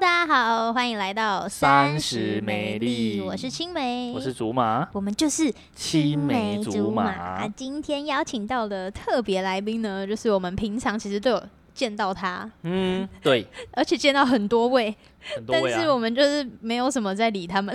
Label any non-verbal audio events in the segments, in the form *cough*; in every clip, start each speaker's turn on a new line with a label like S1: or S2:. S1: 家好，欢迎来到
S2: 三
S1: 十
S2: 十美丽
S1: 我是青梅，
S2: 我是竹马，
S1: 我们就是
S2: 青梅
S1: 梅
S2: 竹
S1: 马。啊
S2: 马。
S1: 今天邀请到的特别来宾呢，就是我们平常其实都有见到他，
S2: 嗯，
S1: *laughs*
S2: 对，
S1: 而且见到很多位，
S2: 很多
S1: 但
S2: 位
S1: 是我
S2: 啊，
S1: 们就是没有什么在理他们，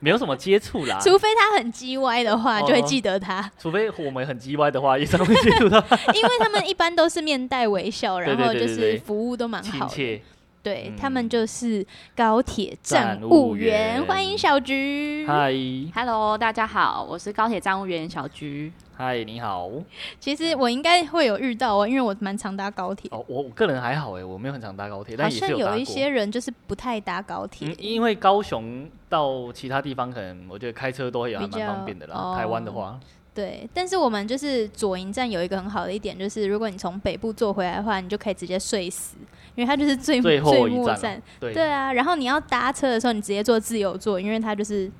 S2: 没有什么接触啦，
S1: *laughs* 除非他很叽歪的话，
S2: 哦
S1: 就会记得
S2: *laughs*
S1: 他，
S2: 除非我们很叽歪的话，也常会接触
S1: *laughs*
S2: 到
S1: 因为他们一般都是面带微笑，然
S2: 对对
S1: 后
S2: 对
S1: 就
S2: 对
S1: 是
S2: 对
S1: 服务都蛮
S2: 亲
S1: 好的。
S2: 切。
S1: 对
S2: 嗯
S1: 他们就是高铁站
S2: 站
S1: 务
S2: 务
S1: 员，
S2: 员
S1: 欢迎小菊。
S2: 嗨
S3: Hello，大家好，我是高铁站务员小菊。
S2: 嗨，你好。哦，
S1: 其实我应该会有遇到哦，因为我蛮常搭高铁，
S2: 哦我我个人还好哎，我没有很常搭高铁，
S1: 好
S2: 但也
S1: 像
S2: 是搭
S1: 有
S2: 过
S1: 一些。人就是不太搭高铁
S2: 嗯，。因为高雄到其他地方，可能我觉得开车都会有还
S1: 比较
S2: 蛮方便的
S1: 哦
S2: 啦。台湾的话，
S1: 对，但是我们就是左营站有一个很好的一点，就是如果你从北部坐回来的话，你就可以直接睡死，因为它就是最
S2: 最后一
S1: 末
S2: 站啊
S1: 站。
S2: 对
S1: 对啊，然后你要搭车的时候，你直接坐自由座，因为它就是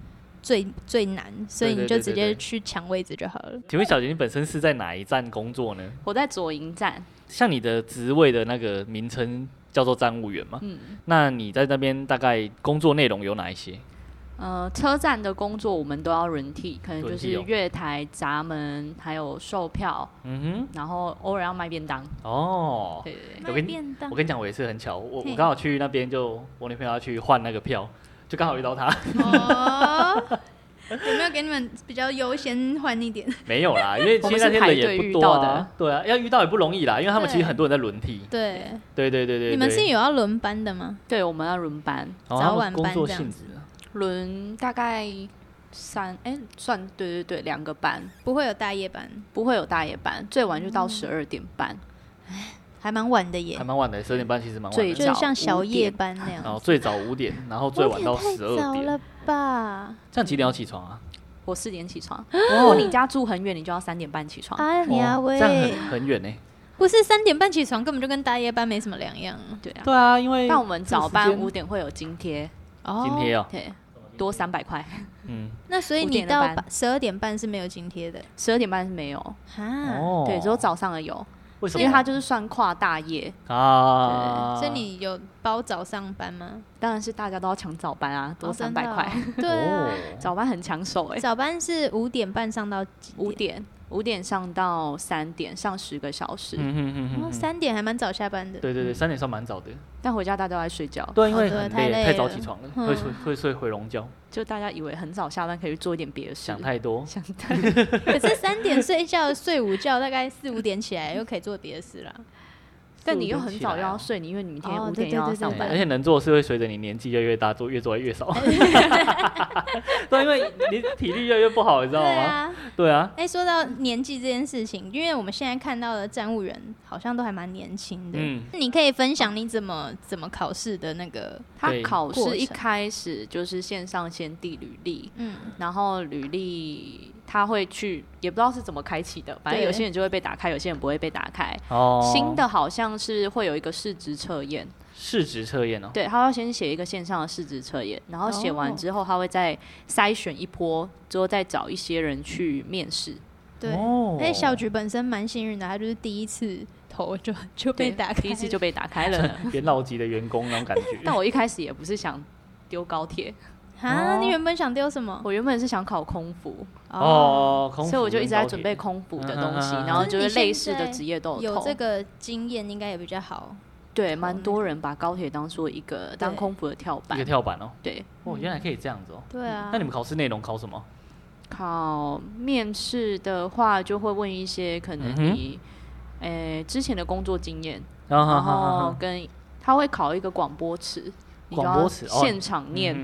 S1: 最最难，所以
S2: 对对
S1: 你就
S2: 对
S1: 直
S2: 对
S1: 接
S2: 对
S1: 去抢位置就好了。
S2: 请问小杰，你本身是在哪一站工作呢？
S3: 我在左营站，
S2: 像你的职位的那个名称叫做站务员嘛？
S3: 嗯，
S2: 那你在那边大概工作内容有哪一些？
S3: 呃，车站的工作我们都要轮替，可能就
S2: 轮
S3: 是
S2: 替哦
S3: 月台、闸门，还有售票，
S2: 嗯
S3: 然后偶尔要卖便当。
S2: 哼，哦，
S3: 对对对，
S2: 我跟你
S1: 便当
S2: 我跟你讲，我也是很巧，我
S1: 嘿
S2: 我刚好去那边就我女朋友要去换那个票， *laughs* 就刚好遇到她，
S1: 哦，有没有给你们比较优先换一点？
S2: *laughs*
S1: *laughs*
S2: 没有 *laughs* 啦，因为其
S3: 我
S2: 实
S3: 们是
S2: 那天人
S3: 排队
S2: 也
S3: 遇
S2: 不多啊
S3: 到的，
S2: 对啊，要遇到也不容易啦，因为他们
S1: 对
S2: 其实很多人在轮替，
S1: 对，
S2: 对对对对，
S1: 你们
S2: 对
S1: 是有要轮班的吗？
S3: 对，我们要轮班，
S2: 哦
S1: 早
S2: 他们
S1: 晚班
S2: 工作
S1: 这样
S2: 性质啊，
S3: 轮大概三，哎、算对对对，两个班，
S1: 不会有大夜班，
S3: 不会有大夜班，最晚就到
S2: 哦
S3: 十二点半。
S1: 还蛮晚的
S2: 还
S1: 耶，
S2: 蛮晚的，十点半其实蛮晚
S3: 最
S2: 的，
S1: 就是像小夜班那
S2: 然后
S1: 样。
S2: 最早五
S1: *laughs*
S2: 点，然后最晚到十
S1: 太
S2: 二
S1: 早
S2: 点，
S1: 了吧？
S2: 这样几点要起床啊？
S3: 我四点起床，如
S2: 哦
S3: 果你家住很远，你就要三点半起床。
S1: 啊，你啊
S2: 哦这样
S1: 喂，
S2: 很很远呢。
S1: 不是三点半起床，根本就跟大夜班没什么两样啊。
S3: 对啊，
S2: 对啊，因为
S3: 但我们
S2: 这个
S3: 早
S2: 时
S3: 班
S2: 间
S3: 五点会有津贴，
S2: 今天
S1: 哦，
S2: 哦，
S3: 对，多三百块。
S2: 嗯，
S1: 那所以
S3: 五
S1: 你
S3: 点的
S1: 到
S3: 班
S1: 十二点半是没有津贴的
S3: 十二点半是没有，
S1: 哈。
S2: 哦，
S3: 嗯对，只有早上的有，
S2: 为什么？
S3: 因为它就是算跨大夜，
S2: 啊，
S1: 所以你有包早上班
S2: *laughs*
S1: 吗？
S3: 当然是大家都要抢早班啊，多
S1: 哦
S3: 三
S1: 真的
S3: 百
S1: 哦
S3: 块， *laughs*
S1: 对啊，
S2: 哦
S3: 早班很抢手哎、
S1: 早班是五点半上到几
S3: 五？点五点上到三点，上十个小时，
S2: 嗯哼哼哼
S1: 哦，
S2: 哼
S1: 三点还蛮早下班的。
S2: 对对
S3: 嗯
S2: 对，三点算蛮早的。
S3: 但回家大家都在睡觉，
S2: 哦对，因
S1: 哦
S2: 为
S1: 对
S2: 很
S1: 太累
S2: 太早
S1: 了
S2: 起床了，
S1: 嗯
S2: 会睡会睡回笼觉，
S3: 就大家以为很早下班可以去做一点别的事，
S2: 想太多。
S3: 想
S2: *laughs*
S3: 太
S1: 可是三点睡觉，睡午觉，大概四五点起来又可以做别的事啦。
S3: 但你又
S2: 四五
S3: 很
S2: 点起
S3: 早
S2: 来
S3: 又要
S2: 哦
S3: 睡，你因为你明天
S1: 哦
S3: 五
S1: 对
S3: 点
S1: 对
S3: 又要
S1: 对
S3: 上
S2: 对
S3: 班，
S2: 而且能做的事会随着你年纪越来越大，做越做越少。 *laughs* 对，因为你体力越来越不好，你知道吗？，对啊，
S1: 哎、说到年纪这件事情，因为我们现在看到的站务员好像都还蛮年轻的。
S2: 嗯，
S1: 你可以分享你怎么怎么考试的那个，
S3: 他
S2: 对
S3: 考
S1: 过
S3: 试一
S1: 程
S3: 开始就是线上先递履历，
S1: 嗯，
S3: 然后履历他会去，也不知道是怎么开启的，反正有
S1: 对
S3: 些人就会被打开，有些人不会被打开。
S2: 哦，
S3: 新的好像是会有一个市值测验，
S2: 市值测验哦，
S3: 对，他要先写一个线上的市值测验，然后写
S1: 哦
S3: 完之后他会再筛选一波，之后再找一些人去面试。
S1: 对。
S2: 哦
S1: 而
S3: 哎
S1: 且哎
S2: *laughs*
S1: 小菊本身蛮幸运的，她就是第一次投就就被
S3: 对
S1: 打开，
S3: 第一次就被打开
S1: *laughs*
S3: 了。
S2: 元老级的员工那种感
S3: *laughs* 但
S2: 觉。
S3: 我一开始也不是想丢高铁，
S1: 啊！
S2: 哦
S1: 你原本想丢什么？
S3: 我原本是想考空服，
S2: 哦，空
S3: 所以我
S2: 服
S3: 就一
S2: 跟
S3: 直在
S2: 高
S3: 准
S2: 铁
S3: 备空服的
S2: 嗯
S3: 东西，
S2: 嗯嗯嗯
S3: 然后
S1: 可是
S3: 就
S1: 你
S3: 是类
S1: 现
S3: 似
S1: 在
S3: 的职业都
S1: 啊哦有
S3: 投
S1: 这个经验应该也比较好。
S3: 对，
S1: 投
S3: 蛮
S1: 那
S3: 多人把高铁当做一个当
S1: 对
S3: 空嗯服的跳
S2: 一个
S3: 板。
S2: 跳板哦。
S3: 对，
S2: 哦，原来可以这样子哦。
S1: 对啊，
S2: 那你们考试内容考什么？
S3: 考面试的话，就会问一些可能
S2: 嗯哼啊
S3: 你，诶、之前的工作经验，
S2: 然
S3: 然后跟他会考一个广播词，你就
S2: 广
S3: 要
S2: 播词哦
S3: 现场念。，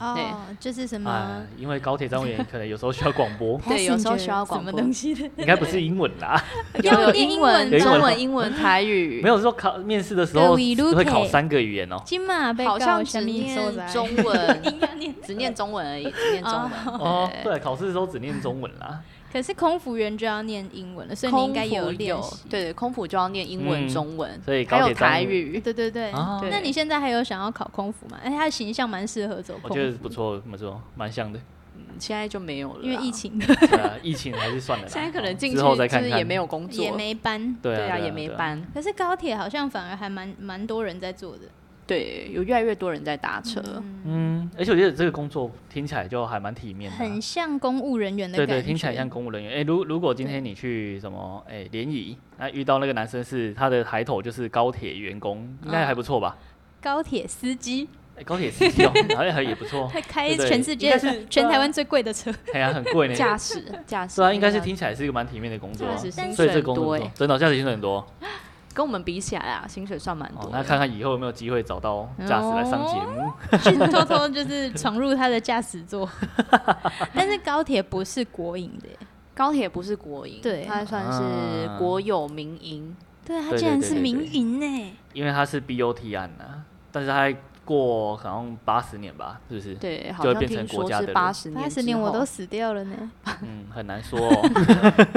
S1: 哦，就是什么
S2: 嗯哎，因为高铁站务员可能有时候需要广播
S3: *laughs* 对有时候需要
S1: passenger 什么
S3: 广播
S1: 东西的，
S2: 应该不是英文啦。
S1: 要
S3: 有有
S1: 念英
S3: 英
S1: 文啊
S3: 文、
S2: 有英
S3: 中
S2: 文
S3: 文、英文、台语，
S2: 没有是说考面试的时候
S1: 各位
S2: 会考
S1: Luke
S2: 三个语言哦。
S1: 金马被
S3: 好像
S1: 告
S3: 只
S1: 下面
S3: 念
S1: 收窄 *laughs*
S3: 中文，
S1: 硬要念
S3: 只念中文而已，只念中文。
S2: 哦，
S3: 对，
S2: 对，考试的时候只念中文啦。
S1: 可是空服员就要念英文了，所以你应
S3: 空
S1: 该也有
S3: 服
S1: 练
S3: 有
S1: 习。
S3: 对对，空服就要念英文、
S2: 嗯
S3: 中文，
S2: 所以
S3: 还
S2: 高
S3: 有
S2: 铁站
S3: 台
S2: 务
S3: 语。
S1: 对对对
S2: 啊
S1: 那你现在还有想要考空服吗？哎，他的形象蛮适合走
S2: 我
S1: 空服，
S2: 觉得不错，不错，蛮
S3: *laughs*
S2: 像的。
S3: 嗯现在就没有了，
S1: 因为疫。情
S2: 对啊，疫情还是算了啦。
S3: 现在可能
S2: 哦
S3: 进去
S2: 之后再
S3: 就
S2: 看
S3: 是
S2: 看，
S3: 也没有工作，
S1: 也没班。
S2: 对
S3: 对
S2: 啊，
S3: 啊，也没。
S2: 对啊
S3: 班。
S1: 可是高铁好像反而还蛮蛮多人在做的，
S3: 对，有越来越多人在搭车。
S2: 嗯，而且我觉得这个工作听起来就还蛮体面的啊、
S1: 很像公务人员的
S2: 对
S1: 感觉。
S2: 对，听起来像公务人员。哎、如如果今天你去什么哎联谊，那遇到那个男生是他的抬头就是高铁员工，应
S3: 啊
S2: 该还不错吧？
S1: 高铁司机，
S2: 哎高铁司机
S3: *laughs*
S2: 哦，好像也不错。
S1: 他开
S2: 对对啊
S1: 全世
S2: 应
S1: 界
S2: 该是
S1: 全台湾最贵的
S2: *laughs*
S1: 车，
S2: 哎呀，很贵呢。
S3: 驾驶， *laughs* 驾驶，
S2: 对啊，应该是听起来是一个蛮体面的工作啊、
S1: 驾驶薪
S2: 所以这
S3: 水
S2: 工
S3: 很
S2: 作
S3: 多
S2: 不错
S3: 欸
S2: 真的价值薪水很多
S3: 跟我们比起来啊，薪水算蛮
S2: 哦
S3: 多。。
S2: 那看看以后有没有机会找到驾驶来上节目。
S1: 去偷偷就是闯入他的驾驶
S2: *laughs*
S1: 座。但是高铁不是国营的耶，
S3: 高铁不是国营，
S1: 对
S3: 它算是
S2: 啊
S3: 国有民营。
S1: 对，他
S2: 对
S1: 竟
S2: 对
S1: 然
S2: 对
S1: 是
S2: 对
S1: 民
S2: 对
S1: 营呢。
S2: 因为它是 BOT 案啊，但是它过好像八十年吧，是不是？
S3: 对，好
S2: 就会
S3: 像
S2: 变成
S3: 听
S2: 国
S3: 说
S2: 家的
S3: 是
S2: 了
S3: 八十年之后，
S1: 八十年我都死掉了呢，
S2: 嗯，很难说、
S3: *laughs*
S2: 哦，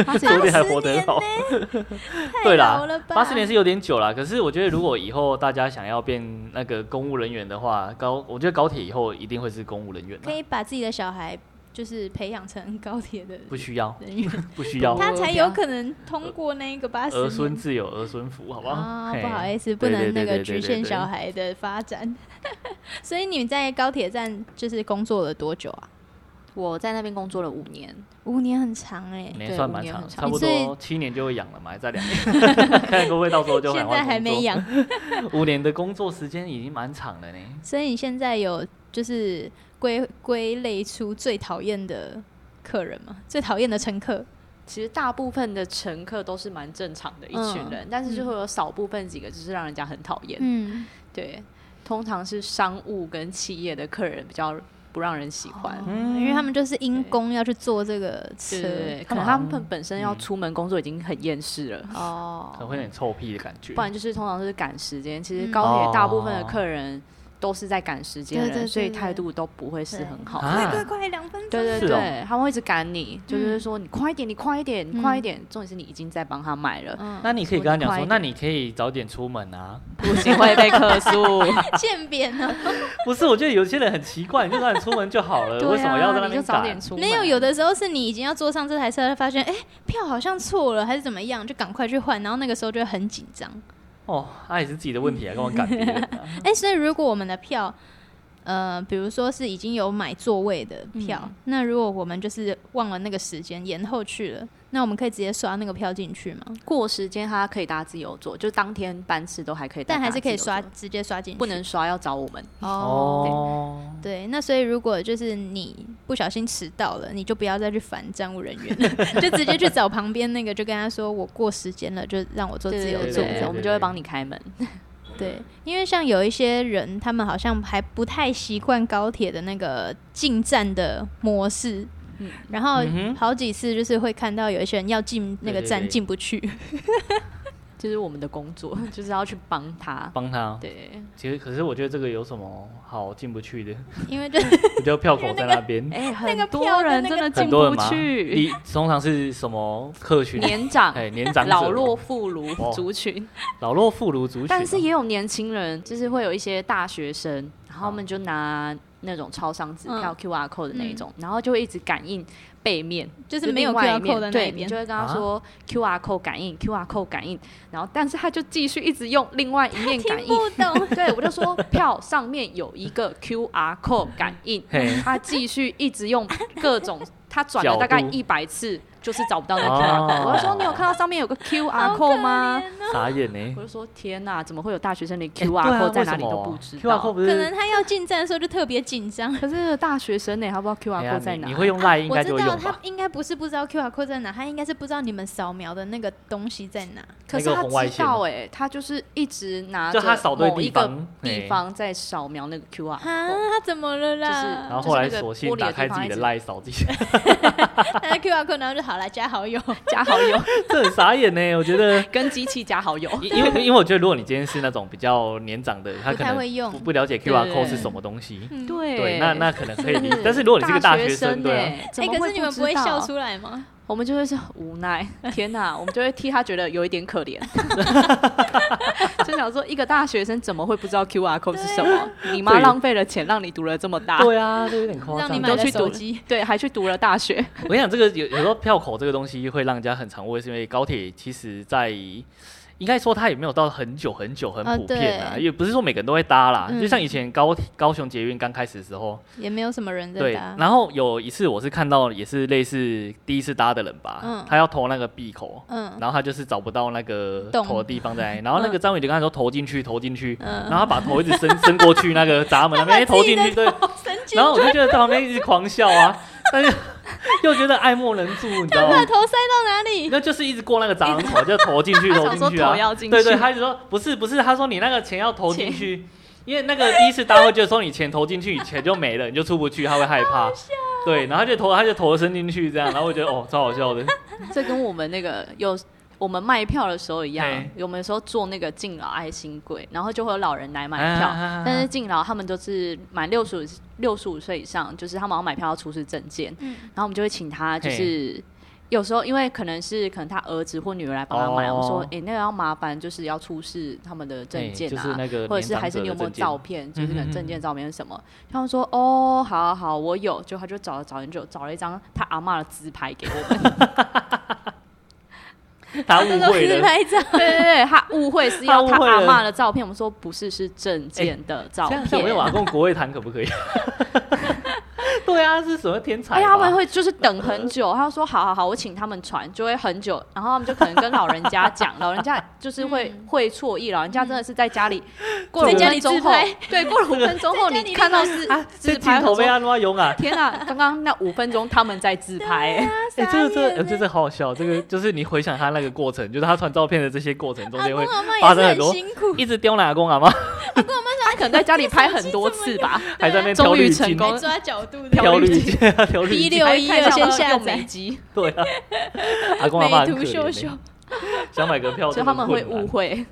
S3: 八十
S2: 说不定
S3: 年
S2: 还活得很好。
S1: 太
S2: 对
S1: 老
S2: 啦
S1: 了，吧？
S2: 八十年是有点久啦。可是我觉得如果以后大家想要变那个公务人员的话，高我觉得高铁以后一定会是公务人员啦
S1: 可以把自己的小孩就是培养成高铁的
S2: 不需要， *laughs*
S1: 人员，
S2: 不需要
S3: 不，
S1: 他才有可能通过那个八十
S2: 儿
S1: 年。
S2: 孙自有儿孙福，好不好？
S1: 啊，
S2: 嘿
S1: 不好意思，不
S2: 对对
S1: 能那
S2: 对
S1: 个
S2: 对
S1: 局
S2: 对对
S1: 限
S2: 对
S1: 小孩的发展。 *laughs* 所以你在高铁站就是工作了多久啊？
S3: 我在那边工作了五年，
S1: 五年很长哎、
S2: 年
S3: 对
S2: 算
S3: 五
S2: 蛮
S3: 年
S2: 长，
S3: 很
S2: 差
S3: 长
S2: 不
S1: 所以
S2: 多七年就会养了嘛，还在两
S1: *laughs*
S2: 年，看会不会到时候就
S1: 现在还没
S2: 养。
S1: 养，
S2: 五年的工作时间已经蛮长了呢。
S1: 所以你现在有就是归归类出最讨厌的客人吗？最讨厌的乘客？
S3: 其实大部分的乘客都是蛮正常的一群人，但是就会有少部分几个就是让人家很讨厌。
S1: 嗯，
S3: 对，通常是商务跟企业的客人比较不让人喜欢。
S2: 嗯
S1: 因为他们就是因
S3: 对
S1: 公要去坐这个
S3: 哦对对对
S1: 车，
S3: 可能
S2: 他
S3: 他
S2: 们
S3: 们嗯本身
S2: 嗯
S3: 要出门工作已经很厌世了，
S2: 可能
S1: 哦，
S2: 会有点臭屁的感觉
S3: 不。然就是通常是赶时间。其实
S1: 嗯
S3: 高
S2: 哦
S3: 铁大部分的客人都是在赶时间的
S1: 对对
S3: 人，
S1: 对
S3: 所以
S1: 对
S3: 态度都不会是很好。
S2: 啊
S1: 快快快，两分钟，
S3: 对
S2: 是
S3: 对
S2: 哦
S3: 对，他们会一直赶你，就是
S1: 嗯
S3: 说你快一点，你快一点，你快一点。重点是你已经在帮他买了，
S1: 嗯，
S2: 那你可以跟他讲
S3: 我就快
S2: 说，
S3: 一点
S2: 那你可以早点出门啊。
S3: 不行会被客诉。
S1: *laughs* 渐变啊呢？
S2: *laughs* 不是，我觉得有些人很奇怪，你就早点出门就好了，
S3: 对啊
S2: 呃为什么要在那
S3: 你就
S2: 边
S3: 早
S2: 赶
S3: 点？出门？
S1: 没有，有的时候是你已经要坐上这台车，发现哎、票好像错了，还是怎么样，就赶快去换，然后那个时候就会很紧张。
S2: 哦，那也是自己的问题啊，跟我赶别人
S3: *laughs*
S2: 啊。
S3: 嗯
S1: 哎、所以如果我们的票，呃，比如说是已经有买座位的票，
S3: 嗯
S1: 那如果我们就是忘了那个时间，延后去了，那我们可以直接刷那个票进去吗？
S3: 过时间，他可以搭自由座，就当天班次都还可以搭，
S1: 但还是可以刷，
S3: 搭自由嗯
S1: 直接刷进去。
S3: 座，不能刷要找我们。
S1: 哦。
S2: 哦，
S1: 对，那所以如果就是你不小心迟到了，你就不要再去烦站务人
S3: *laughs*
S1: 员了，就直接去找旁边那个，就跟他说我过时间了，就让我坐自由
S3: 对
S1: 座
S2: 对
S1: 这
S2: 对
S1: 样
S3: 我们就会帮你开门。
S1: 对，因为像有一些人，他们好像还不太习惯高铁的那个进站的模式。
S3: 嗯
S1: 然后
S2: 嗯哼
S1: 好几次就是会看到有一些人要进那个
S2: 对对
S1: 站
S2: 对
S1: 进不
S3: *laughs*
S1: 去，
S3: 这是我们的工作， *laughs* 就是要去帮他。
S2: 帮他。
S3: 对，
S2: 其实，可是我觉得这个有什么好进不去的？
S1: 因为就
S2: 我觉得票口在那边，
S3: *laughs* 哎，
S1: *laughs* 那个票
S3: 很
S1: 的
S3: 多人
S1: 那个
S3: 真的进
S2: 很多人
S3: 不
S2: 嘛。
S3: 去，
S2: 你通常是什么
S1: *laughs*
S2: 客群？
S3: 年长、
S2: 哎，年长者
S3: 老弱妇
S2: 哦
S3: 孺族群，
S2: 老弱妇孺族群啊。
S3: 但是也有年轻人，就是会有一些大学生，然后他们就拿那种超商
S1: 嗯
S3: 支票 QR code 的那一种，然后就会一直感应背面。
S1: 就是没有
S3: 另外
S1: QR
S3: 一面
S1: code 的那
S3: 对，
S1: 一
S3: 你
S1: 边
S3: 就，会跟他
S2: 啊
S3: 说 QR code 感应，QR code 感应，然后但是他就继续一直用另外一面
S1: 听
S3: 感应。
S1: 不懂。
S3: *laughs* 对，我就说票上面有一个 QR code 感应
S2: 嘿，
S3: 他继续一直用各种，他转了大概
S2: 角度
S3: 一百次，就是找不到那
S2: 哦
S3: QR code。我就说你有看到上面有个 QR
S1: 好可
S3: code 吗？
S2: *laughs* 傻眼呢、
S3: *laughs* 我就说天哪，怎么会有大学生连
S2: 哎
S3: QR
S2: 对
S3: code
S2: 啊
S3: 在
S2: 为
S3: 哪
S2: 什
S3: 里都
S2: 么
S3: 不知
S2: ？QR
S3: 道
S2: code？不
S1: 可
S3: *laughs*
S2: 是
S1: 能他要进站的时候就特别紧张。
S3: 可是大学生呢，他不知道
S2: 哎
S3: QR
S2: 呀
S3: code 在
S2: 你
S3: 哪
S2: 你。会用赖应
S1: 我
S2: 该
S1: 知
S2: 就会
S1: 道
S2: 用
S1: 他
S2: 吧？
S1: 应该不是不知道 QR code 在哪，他应该是不知道你们扫描的那个东西在哪。
S3: 可是
S2: 那个
S3: 他
S2: 红外
S3: 知
S2: 线
S3: 道哎、他就是一直拿
S2: 就
S3: 着
S2: 他扫对
S3: 某
S2: 地
S3: 一个
S2: 方
S3: 地
S2: 嘿
S3: 方在扫描那个 QR
S1: 啊，
S2: 哦
S3: code，
S1: 他怎么了
S3: 就
S1: *laughs*
S3: 是
S1: 啦？
S2: 然后后来
S3: 就是那个
S2: 索性
S3: 玻璃的
S2: 打
S3: 地
S2: 开
S3: 方
S2: 自己的
S3: 一直
S2: 赖扫自己， *laughs*
S1: 他的 QR code，然后就好了，加好友。
S3: *laughs* 加好友，
S2: 这很傻眼呢、欸我觉得，
S3: 跟机器加好友。
S2: 因因为因为我觉得如果你今天是那种比较年长的，他
S1: 不
S2: 可
S1: 太
S2: 能
S1: 会用
S2: 不不了解
S3: 对
S2: QR code 是什么东西。
S1: 嗯
S3: 对
S2: 对，那那可能可以理解
S3: *laughs* 是，
S2: 但是如果你是个嗯大学
S3: 生，
S2: 对啊，
S3: 哎，
S1: 哎、
S3: 怎么
S1: 可是你们
S3: 知
S1: 不会笑
S3: 道，
S1: 出来吗？
S3: 我们就会是无奈。天哪，我们就会替他觉得有一点可怜，就想说一个大学生怎么会不知道 QR code 是什么？你妈
S2: 对
S3: 浪费了钱让你读了这么大，
S2: 对啊，这有点夸
S1: 让
S2: 张
S1: 你。
S3: 你
S1: 买
S3: 都
S1: 了
S3: 去
S1: 手
S3: 读
S1: 机，
S3: 对，还去读了大学。
S2: 我跟你讲，这个有有时候票口这个东西会让人家很常问，是因为高铁其实在应该说它也没有到很久很久很
S1: 啊
S2: 普遍啊，
S1: 对
S2: 也不是说每个人都会搭啦。
S1: 嗯
S2: 就像以前高铁高雄捷运刚开始的时候，
S1: 也没有什么人在
S2: 对，
S1: 搭。
S2: 然后有一次我是看到也是类似第一次搭的人吧，
S1: 嗯
S2: 他要投那个闭口，
S1: 嗯
S2: 然后他就是找不到那个
S1: 洞
S2: 投的地方在哪里，然后那
S3: 嗯
S2: 个张宇就跟他说投进去，投进去，然
S1: 嗯，
S2: 后他把头一直伸伸过去那个闸门那
S3: *laughs*
S2: 边，哎投进去，对，
S1: 神经
S2: 然后我就觉得在旁边一直狂笑啊，但是 *laughs* 又觉得爱莫能助，你知道吗
S1: 把？头塞到哪里？
S2: 那就是一直过那个闸门口，就投进去，
S3: *laughs* 他
S2: 投
S3: 想说
S2: 进去啊
S3: 头要！进
S2: 对对，
S3: 去
S2: 他就说不是不是，他说你那个钱要投进去，因为那个第一次大会就说你钱投进去，你钱就没了，你就出不去，他会害怕。对，然后他就投，他就投伸进去这样，然后我觉得哦，超好笑的。
S3: 这跟我们那个有我们卖票的时候一样
S2: 嘿，
S3: 我们有时候做那个敬老爱心柜，然后就会有老人来买票，
S2: 啊
S3: 但是敬老他们都是满六十五六十五岁以上，就是他们要买票要出示证件，
S1: 嗯
S3: 然后我们就会请他就
S2: 嘿
S3: 是。有时候因为可能是可能他儿子或女儿来帮他买，我们说
S2: 哦
S3: 哎、诶那个要麻烦就是要出示他们的证
S2: 哎
S3: 件
S2: 就
S3: 啊，
S2: 是那个
S3: 或者
S2: 年
S3: 是
S2: 长
S3: 还是
S2: 者
S3: 你有
S2: 的
S3: 没有
S2: 证件
S3: 照片，就是可
S2: 嗯嗯
S3: 能
S2: 嗯
S3: 证件照片是什么？他们说哦，好啊好啊，我有，就他就找找很久，找了一张他阿嬷的自拍给我们。
S2: 他误
S1: 这都
S2: 会
S1: 是
S2: 了。
S1: 拍照，
S3: *laughs* 对对对，他误会哎是
S2: 他
S3: 要
S2: 误
S3: 他
S2: 会
S3: 阿
S2: 了
S3: 嬷的照片，我们说不是，是证件的照
S2: 这
S3: 片
S2: 样像。我用阿公国会谈可不可以？对啊，是什么天才吧？
S3: 而哎且他们会就是等很久，他说好好好，我请他们传，就会很久，然后他们就可能跟老人家 *laughs* 讲，老人家就是会
S1: 嗯
S3: 会错意，老人家真的是在家里过
S2: 在
S3: 了五
S2: 家
S1: 里
S3: 分钟
S1: 自
S3: 后
S1: 拍，
S3: *laughs* 对，过了五分钟后
S1: 在家里
S3: 你看到
S1: 自
S3: 是
S2: 啊，这
S3: 自
S2: 镜
S3: 拍，
S2: 头
S3: 我
S2: 被
S3: 说
S2: 安妈勇啊！
S3: 天啊，刚刚那五分钟他们在自拍、
S2: 哎、这个这个、
S1: 傻眼
S2: 呃这
S1: 欸
S2: 个好好笑，这个就是你回想他那个过程，就是他传照片的这些过程中
S1: 阿
S2: 间
S1: 公
S2: 会
S1: 阿
S2: 发
S1: 妈
S2: 生
S1: 也
S2: 很
S1: 是
S2: 多
S1: 很辛苦，
S2: *laughs* 一直刁难阿公阿妈，
S3: 他可能在家里拍很多次吧。
S2: 还在那边
S3: 终
S2: 挑
S3: 于
S2: 滤
S3: 成
S2: 镜，
S3: 功
S1: 还抓角度的，
S2: 挑滤
S3: 滤
S2: 镜， *laughs* 挑滤
S1: B
S2: 镜，
S1: 六一二先下
S3: 用美
S1: 载，
S3: 肌，
S2: 对啊，阿公阿妈
S1: 美
S2: 很
S1: 图
S2: 可
S1: 秀
S2: 怜
S1: 秀
S2: 欸，，想买个票
S3: 所
S2: 真
S3: 以
S2: 的
S3: 他
S2: 很
S3: 们
S2: 困
S3: 会
S2: 难，
S3: 误会。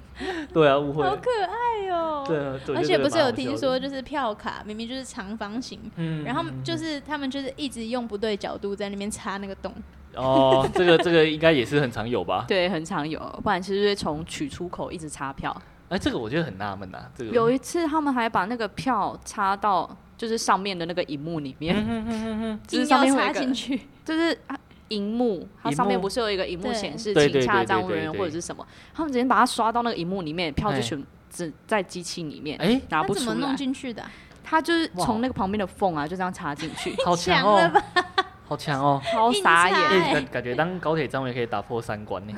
S2: 对啊，误会
S1: 好，可爱哦。
S2: 对啊，对
S1: 而
S2: 就
S1: 且
S2: 觉
S1: 不
S2: 得
S1: 是
S2: 蛮
S1: 有
S2: 好
S1: 听
S2: 笑
S1: 说，
S2: 的，
S1: 就是票卡明明就是长方形，
S2: 嗯
S1: 然后就是是他们就是一直用不对角度在那边插那个洞，
S2: 哦，这个这个应该也是很常有吧？
S3: 对，很常有，不然其实会从取出口一直插票。
S2: 哎，这个我觉得很纳闷呐，这个
S3: 有一次他们还把那个票插到就是上面的那个荧幕里
S2: 哎嗯
S3: 面， *laughs* 就是
S1: 硬
S3: 上
S1: 要
S3: 面会有
S1: 插
S3: 一个
S1: 进
S2: *laughs*
S1: 去。
S3: 就是啊荧幕，它
S2: 荧
S3: 上面
S2: 幕
S3: 不是有一个荧幕
S1: 对
S3: 显示
S2: 对
S3: 请
S2: 对
S3: 洽
S2: 对对
S3: 账务人
S2: 对
S3: 员
S2: 对
S3: 或者是什么，他们直接把它刷到那个荧幕里面，票就
S2: 哎
S3: 全只在机器里面
S2: 哎，
S3: 拿不
S1: 他
S3: 出
S1: 怎么弄
S3: 来。
S1: 进去的啊？
S3: 他就是
S2: 哇
S3: 从那个旁边的缝啊，就这样插进去，
S2: 好强
S1: 强
S2: 哦
S1: 了，
S2: 好强哦。
S3: 超傻
S1: 硬
S3: 眼
S1: 插。
S2: 哎、感感觉当高铁站也可以打破三观
S3: *laughs*
S2: 呢，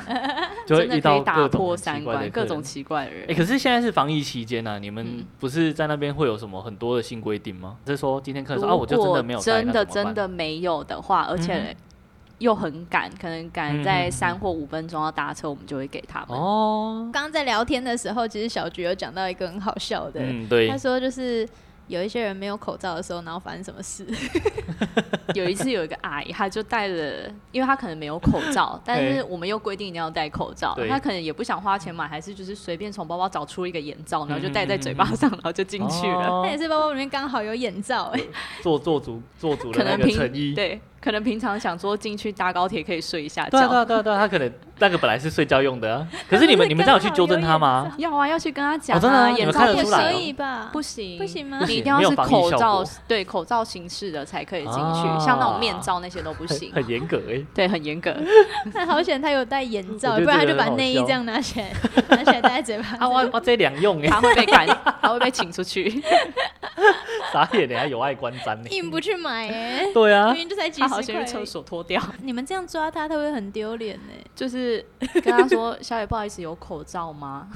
S2: 就会
S3: 真
S2: 遇
S3: 的可
S2: 到
S3: 以打
S2: 各种
S3: 破
S2: 很奇
S3: 三
S2: 怪的
S3: 观，各
S2: 客
S3: 种
S2: 人
S3: 奇怪的
S2: 哎、
S3: 人。
S2: 可是现在是防疫期间啊，你们
S3: 嗯
S2: 不是在那边会有什么很多的新规定吗？就是说今天客人
S3: 如
S2: 说啊，我就真的没有
S3: 果
S2: 带
S3: 真
S2: 那
S3: 的
S2: 怎么办嗯
S3: 真的没有的话，而且又很赶，可能赶
S2: 嗯嗯
S3: 在
S2: 嗯
S3: 三或五分钟要搭车，我们就会给他们。
S2: 哦，
S1: 刚刚在聊天的时候，其实小菊有讲到一个很好笑的，
S2: 嗯，对
S1: 他，说就是有一些人没有口罩的时候，然后发生什么事，
S3: 有一次有一个阿姨，她就戴了，因为她可能没有口罩，但是我们又规定一定要戴口罩
S2: 对，
S3: 她可能也不想花钱买，还是就是随便从包包找出一个眼
S2: 嗯
S3: 罩，然后就戴在嘴巴上，然后就进去了。
S2: 哦
S1: *laughs*
S3: *laughs*
S1: 那也是包包里面刚好有眼罩、哎，
S2: 做做足做足
S3: 可
S2: 了那
S3: 能
S2: 个
S3: 平
S2: 诚意。
S3: 对，可能平常想说进去搭高铁可以睡一下
S2: 对啊对
S3: 觉，
S2: 啊对啊对啊，他可能那个本来是睡觉用的、
S3: *laughs*
S2: 啊，可是你们
S1: 是
S2: 你们这样
S1: 刚
S2: 有去
S1: 好
S2: 纠正
S1: 有
S2: 他
S1: 眼
S2: 吗？
S3: 要啊要去跟她讲
S2: 哦真的啊
S3: 啊，
S2: 你
S3: 眼
S2: 们
S3: 罩
S2: 看得
S1: 也
S2: 出来
S1: 可
S2: 哦
S1: 以吧？
S3: 啊不行
S1: 不行吗
S2: 不
S3: 你一
S2: 行
S3: 定要
S2: 没有
S3: 是
S2: 防疫
S3: 口
S2: 效
S3: 罩
S2: 果，
S3: 对口罩形式的才可以进去，
S2: 啊
S3: 像那种面罩那些都不行
S2: 很。很严格哎、
S3: *laughs* 对，
S1: *laughs*
S3: 很严格。
S1: 那好险他有戴眼罩，
S2: 我觉得
S1: 不然他
S2: 这个
S1: 就把
S2: 很好
S1: 内衣
S2: 笑
S1: 这样拿起来，拿起来戴在嘴
S2: *laughs*
S1: 巴
S2: 啊，
S1: 上。
S2: 我我这两用哎、
S3: *laughs* 他会
S1: *laughs*
S3: 被赶，他会被请出去。 *laughs*
S2: 傻眼哎、还有碍观瞻哎、
S1: 硬不去买哎、
S2: 对啊
S1: 明，明就才几
S3: 他好
S1: 十
S3: 先
S1: 块
S3: 去厕
S1: 而已。
S3: 所
S1: *laughs*
S3: 脱掉，
S1: 你们这样抓他，他会很丢脸呢。
S3: 就是跟他说：“ *laughs* 小野，不好意思，有口罩吗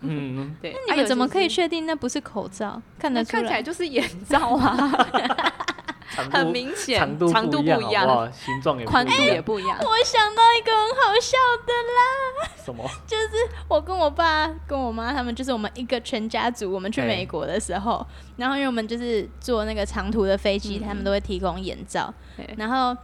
S2: 嗯？”，
S3: 对，
S1: 那
S3: 啊
S1: 你们怎么可以？
S3: 有些是
S1: 确定那不是口罩？看
S3: 那
S1: 得出
S3: 看起来
S1: 来，
S3: 就是眼罩
S2: *laughs*
S3: 啊，
S2: 长
S3: 很
S2: 度
S3: 明显，
S2: 长度
S3: 长度
S2: 不一样，
S3: 不
S2: 好
S3: 一
S2: 不
S3: 样，
S2: 好？形状也不
S3: 宽度
S2: 一
S3: 也
S2: 样，
S3: 不一样。
S1: *laughs* 我想到一个很好笑的啦。
S2: 什么？
S1: 我跟我爸、跟我妈他们，就是我们一个全家族，我们去
S2: 哎
S1: 美国的时候，然后因为我们就是坐那个长途的飞机，他们都会提供眼罩，
S3: 嗯对
S1: 然后。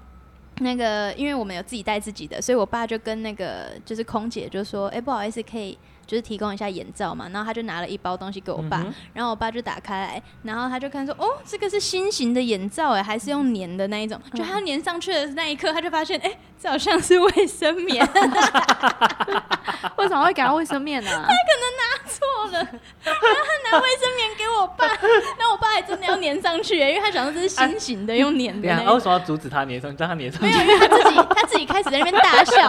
S1: 那个，因为我们有自己带自己的，所以我爸就跟那个就是空姐就说：“哎、不好意思，可以就是提供一下眼罩嘛。”然后他就拿了一包东西给我爸，
S2: 嗯哼
S1: 然后我爸就打开来，然后他就看说：“哦，这个是新型的眼罩，哎，还是用粘的那一种。”就他粘上去的那一刻，他就发现，哎、这好像是卫生棉。
S2: 哎
S3: *laughs* 为什么会给他卫生面啊
S2: *laughs*
S3: 呢？
S1: 错了，然后他拿卫生棉给我爸，然后我爸还真的要后粘上去、哎因为他想说这是新型的，用粘的
S2: 对啊，
S1: 那
S2: 啊为
S1: 种。
S2: 什么要阻止他粘上？让他粘上
S1: 没
S2: 去？
S1: 有，因为他自己他自己开始在那边大笑。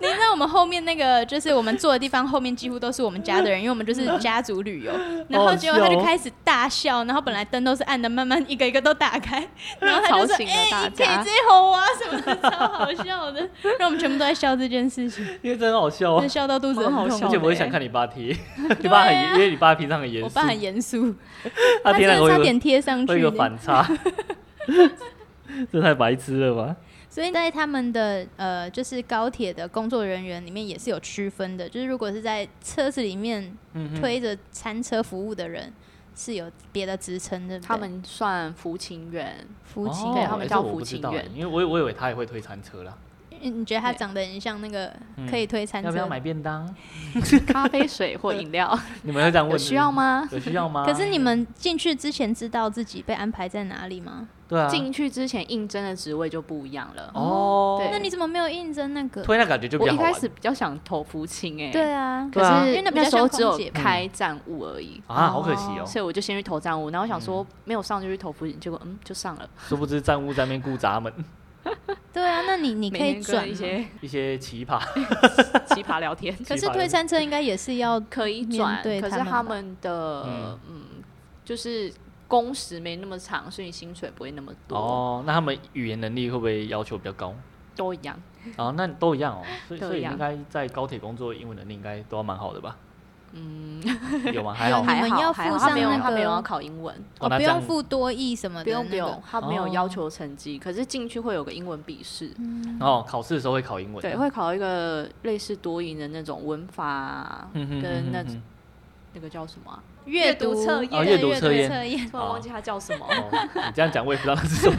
S1: 你知道我们后面那个就是我们坐的地方后面几乎都是我们家的人，因为我们就是家族旅游。然后结果他就开始大笑，然后本来灯都是暗的，慢慢一个一个都打开，然后他就
S3: 吵
S1: 说
S3: 醒：“了
S1: 哎、
S3: 大
S1: 你可以
S3: 家
S1: 最后啊什么 *laughs* 的，超好笑的。”然后我们全部都在笑这件事情，
S2: *laughs* 因为真的好笑
S1: 真
S2: 啊
S1: 的！笑到肚子很
S3: 蛮好
S1: 痛
S3: 笑
S2: 而
S3: 的啊
S2: 且。我也想看你爸
S3: *laughs*
S2: 贴，你爸很严，因为你爸平常很严
S1: 我
S2: 肃，
S1: 爸很严肃，
S2: 他
S1: 他
S2: 贴
S1: 真
S2: 那
S1: 的
S2: 个会
S1: 差
S2: 有
S1: 点贴上
S2: 会
S1: 去
S2: 有
S1: 的。
S2: 个反差， *laughs* 这太白痴了吧？
S1: 所以在他们的呃，就是高铁的工作人员里面也是有区分的，就是如果是在车子里面
S2: 嗯哼，
S1: 推着餐车服务的人是有别的职称的，
S3: 他们算服勤员，
S1: 服勤
S2: 哦
S3: 对他们
S2: 哎这
S3: 叫
S2: 我
S3: 福
S2: 不知
S3: 清
S2: 道
S3: 苑
S2: 哎因为我以我以为他也会推餐车啦，
S1: 你你觉得他长得很像那个可以推餐
S2: 要
S1: 车
S2: 不要买
S1: 的？
S2: 便当？
S3: 咖啡水或
S2: *laughs*
S3: 饮料，
S2: 你们会这样问？
S3: 有需要？吗？
S2: 有需要吗？
S1: 可是你们进去之前知道自己被安排在哪里吗？
S2: 对啊，
S3: 进去之前应征的职位就不一样了。
S2: 哦，
S3: 对
S1: 那你怎么没有应征那个？
S2: 推那感觉就比
S3: 我
S2: 较
S3: 一
S2: 好玩
S3: 开始比较想投福清哎，
S1: 对啊，
S3: 可
S2: 对啊
S3: 是
S1: 因为那比较
S3: 那时候
S1: 像
S3: 只有
S1: 空姐吧
S3: 开站务而已，
S2: 啊，好可惜哦，嗯
S3: 所以我就先去投站务，然后想说没有上就去投福警，结果嗯就上了。
S2: 殊不知站务在那边顾闸 *laughs* 门，
S1: 对啊，那你你
S3: 每
S1: 可以
S3: 天跟
S1: 转
S3: 一
S1: 吗
S3: 些
S2: 一些奇葩，
S3: 奇葩聊
S1: *laughs*
S3: 天，
S1: 可是
S2: 奇葩
S1: 推
S2: 人
S1: 餐车应该也是要
S3: 可以
S1: 面
S3: 转，
S1: 对
S3: 可是
S1: 他们
S3: 他
S1: 吧
S3: 们的嗯就是工时没那么长，所以薪水不会那么多，
S2: 哦，那他们语言能力会不会要求比较高？
S3: 都一样。
S2: 哦，那都一
S3: *laughs*
S2: 样哦，所以
S3: 都
S2: 所以
S3: 一样
S2: 应该在高铁工作，英文能力应该都要蛮好的吧？嗯， *laughs* 有吗？还
S1: 有
S3: *laughs*
S2: 好
S1: 你
S2: 吗，
S1: 们
S3: 还好
S1: 要
S3: 还好
S1: 附
S3: 他没
S1: 上
S3: 有
S1: 那
S3: 他没有
S1: 个
S3: 要考英文，
S1: 哦，
S2: 那
S1: 不
S2: 这样
S1: 用付多益什么的、
S3: 不
S1: 那个，
S3: 用不用，他没有
S2: 哦
S3: 要求成绩，可是进去会有个英文笔试。
S1: 嗯
S2: 哦，考试的时候会考英文，
S3: 对，会考一个类似多音的那种文法，
S2: 嗯哼，
S3: 跟那
S2: 嗯哼
S3: 那个叫什么啊？
S1: 阅读
S3: 阅读测验
S1: 对
S2: 哦阅读测验
S1: 测验，
S3: *laughs* 突然忘记它叫什么，
S2: 嗯哼哦，你这样讲我也不知道那是什么，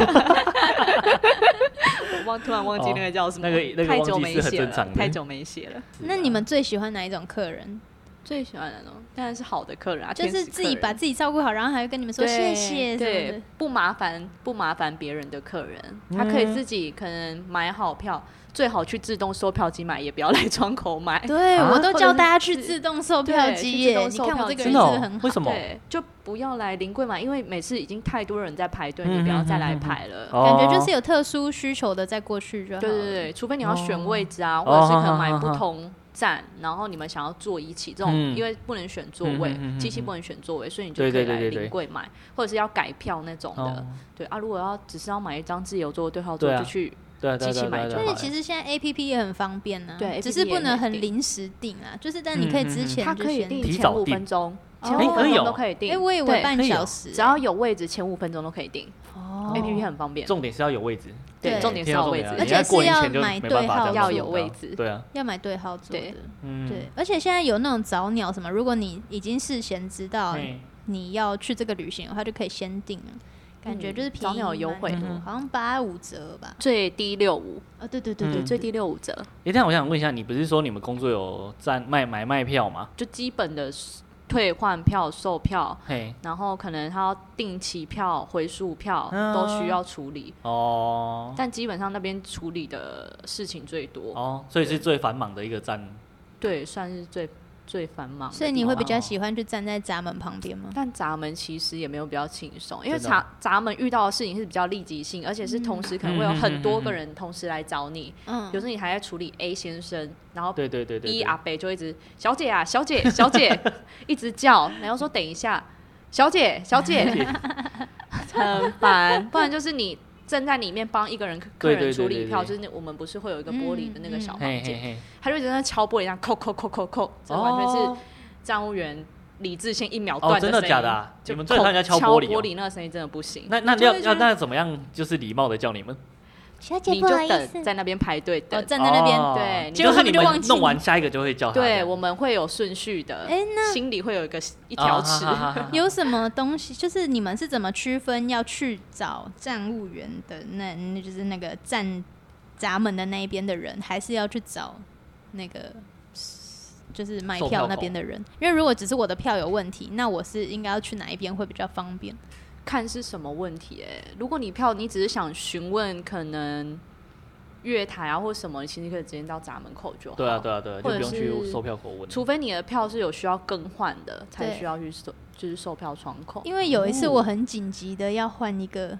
S3: 我忘突然忘记那个叫什么，
S2: 哦那个那个
S3: 太久
S2: 忘记
S3: 没
S2: 是很
S3: 写
S2: 正常
S3: 了，
S2: 的
S3: 太久没写了。
S1: 那你们最喜欢哪一种客人？
S3: 最喜欢的呢，当然是好的客人啊，
S1: 就是
S3: 天使客
S1: 自
S3: 人
S1: 己把自己照顾好，然后还会跟你们说
S3: 对
S1: 谢谢什么
S3: 对哎
S1: 的。，
S3: 不麻烦不麻烦别人的客人，
S2: 嗯
S3: 他可以自己可能买好票，最好去自动售票机买，也不要来窗口买。
S1: 对，
S2: 啊
S1: 我都
S3: 或者
S1: 叫
S3: 是
S1: 大家去
S3: 自
S1: 自动售票
S3: 对
S1: 机
S3: 去
S1: 耶！
S3: 自
S1: 你
S3: 动售
S1: 看我
S3: 票
S1: 这个
S3: 机
S1: 人
S2: 真
S1: 是
S2: 的
S1: 不是很，好
S2: 哦为？什么？
S3: 对，就不要来临柜买，因为每次已经太多人在排队，
S2: 嗯
S3: 你不要再
S2: 嗯
S3: 来
S2: 嗯嗯
S3: 排了。
S2: 哦
S1: 感觉就是有特殊需求的再过去就好。
S3: 对对，对，除非你要选
S2: 哦
S3: 位置啊，
S2: 哦
S3: 或者是可能买
S2: 好好好
S3: 不同站，然后你们想要坐一起这种，
S2: 嗯
S3: 因为不能选座
S2: 嗯
S3: 位
S2: 嗯嗯嗯，嗯
S3: 机器不能选座位，所以你就
S2: 对
S3: 可以
S2: 对
S3: 来
S2: 对对对
S3: 临柜买，或者是要改票那种的
S2: 哦。，
S3: 对啊，如果要只是要买一张自由座对号座，
S2: 对啊
S3: 就去
S2: 对啊对啊
S3: 机器
S2: 对啊
S3: 买
S2: 对啊
S1: 但
S2: 对
S1: 是
S2: 啊，
S1: 其实现在 A P P 也很方便呢，
S3: 对
S1: 只
S3: APP
S1: 是不
S3: 也
S1: 能
S3: 能
S1: 很
S3: 订
S1: 临时定啊，就是但你可以之前
S3: 嗯它
S1: 就
S3: 可以
S1: 先
S3: 定
S1: 定。
S2: 提
S3: 前
S2: 早
S3: 五
S2: 定
S3: 分钟，
S1: 哦
S3: 前五
S2: 哎
S3: 分
S2: 有
S3: 钟都可以定。
S1: 哎，我以为
S3: 对
S1: 半
S2: 可以
S1: 小
S2: 哦
S1: 时，
S3: 只要有位置，前五分钟都可以定。
S1: 哦
S3: A P P 很方便，
S2: 重点是要有位置，
S1: 对
S3: 重点是
S2: 听到
S3: 要有位
S2: 重点，啊
S3: 置
S1: 而
S2: 你
S1: 且
S2: 在
S1: 是
S2: 过年
S1: 要
S2: 前就
S1: 买
S2: 没办
S1: 对
S2: 法
S1: 号
S2: 这样
S1: 要
S2: 做
S3: 有
S2: 到
S3: 位置
S2: 对啊，
S1: 要买对号座
S3: 对
S1: 的。
S2: 嗯，
S1: 对，而且现在有那种早鸟什么，如果你已经事先知道
S2: 嘿
S1: 你要去这个旅行的话，就可以先定了，感觉就是便宜
S3: 嗯早鸟优惠
S1: 蛮多
S2: 嗯
S1: 好像八五折吧。
S3: 最低六五，
S1: 啊，对对对
S3: 对，
S1: 对，
S2: 嗯
S3: 最低六五折，
S2: 哎，但我想问一下，你不是说你们工作有站卖买卖票吗？
S3: 就基本的退换票、售票，
S2: 嘿，
S3: 然后可能他要定期票、回数票
S2: 嗯
S3: 都需要处理，
S2: 哦
S3: 但基本上那边处理的事情最多，
S2: 哦，所以是最繁忙的一个站
S3: 对，算是最最繁忙的地方。
S1: 所以你会比较
S2: 哦
S1: 喜欢就站在闸门旁边吗？
S3: 但闸门其实也没有比较轻松，因为
S2: 真的哦
S3: 闸闸门遇到的事情是比较立即性，而且是同时可能会有很多个人同时来找你，
S1: 嗯
S3: 有，时候你还在处理 A 先生，然后
S2: 对对对对，
S3: B
S2: 对
S3: 阿北就一啊直小姐啊，小姐，小
S2: *laughs*
S3: 姐，一直叫，然后说等一下，小姐，小姐，很烦。不然就是你正在里面帮一个人客
S2: 对
S3: 人
S2: 对
S3: 处
S2: 对对
S3: 理票，
S2: 对
S3: 就是那我们不是会有一个玻璃的那个小房
S2: 嘿嘿
S3: *laughs*
S2: 哦
S3: 间，
S2: 嘿，
S3: 他就一直在那敲玻璃，这样扣扣扣扣扣，这完全是站务员理智线一秒
S2: 哦，
S3: 断
S2: 真
S3: 的
S2: 的
S3: 声
S2: 假
S3: 音
S2: 的。啊？
S3: 就
S2: 你们最怕人家敲玻
S3: 玻
S2: 璃哦？
S3: 那个声音真的不行。
S2: 那那
S3: 你就
S2: 要
S3: 会觉
S2: 要
S3: 得
S2: 那怎么样？就是礼貌的叫你们，
S1: 小姐
S3: 你
S1: 不好
S3: 就
S1: 意
S3: 等
S1: 思，
S3: 在那边排队
S1: 我
S3: 等。
S1: 站在那边。
S2: 哦
S3: 对
S2: 就
S1: 结果
S2: 是
S1: 他
S2: 你
S1: 们就忘
S2: 们
S1: 记
S2: 弄完下一个就会叫他这
S3: 对
S2: 样。
S3: 我们会有顺序的，
S1: 哎那
S3: 心里会有一个一
S2: 一
S3: 条尺。
S1: 有什么东西？就是你们是怎么区分要去找站务员的那，那就是那个站闸门的那一边的人，还是要去找那个就是卖
S2: 售票
S1: 票
S2: 口
S1: 那边的人？哦因为如果只是我的票有问题，那我是应该要去哪一边会比较方便？
S3: 看是什么问题、欸？如果你票你只是想询问可能月台啊或什么，你其实可以直接到闸门口就好。
S2: 对啊，对啊，对啊，就
S3: 或者
S2: 不用去
S3: 是
S2: 售票口问。
S3: 除非你的票是有需要更换的，才
S1: 对
S3: 需要去售，就是售票窗口。
S1: 因为有一次我很紧急的要换一个，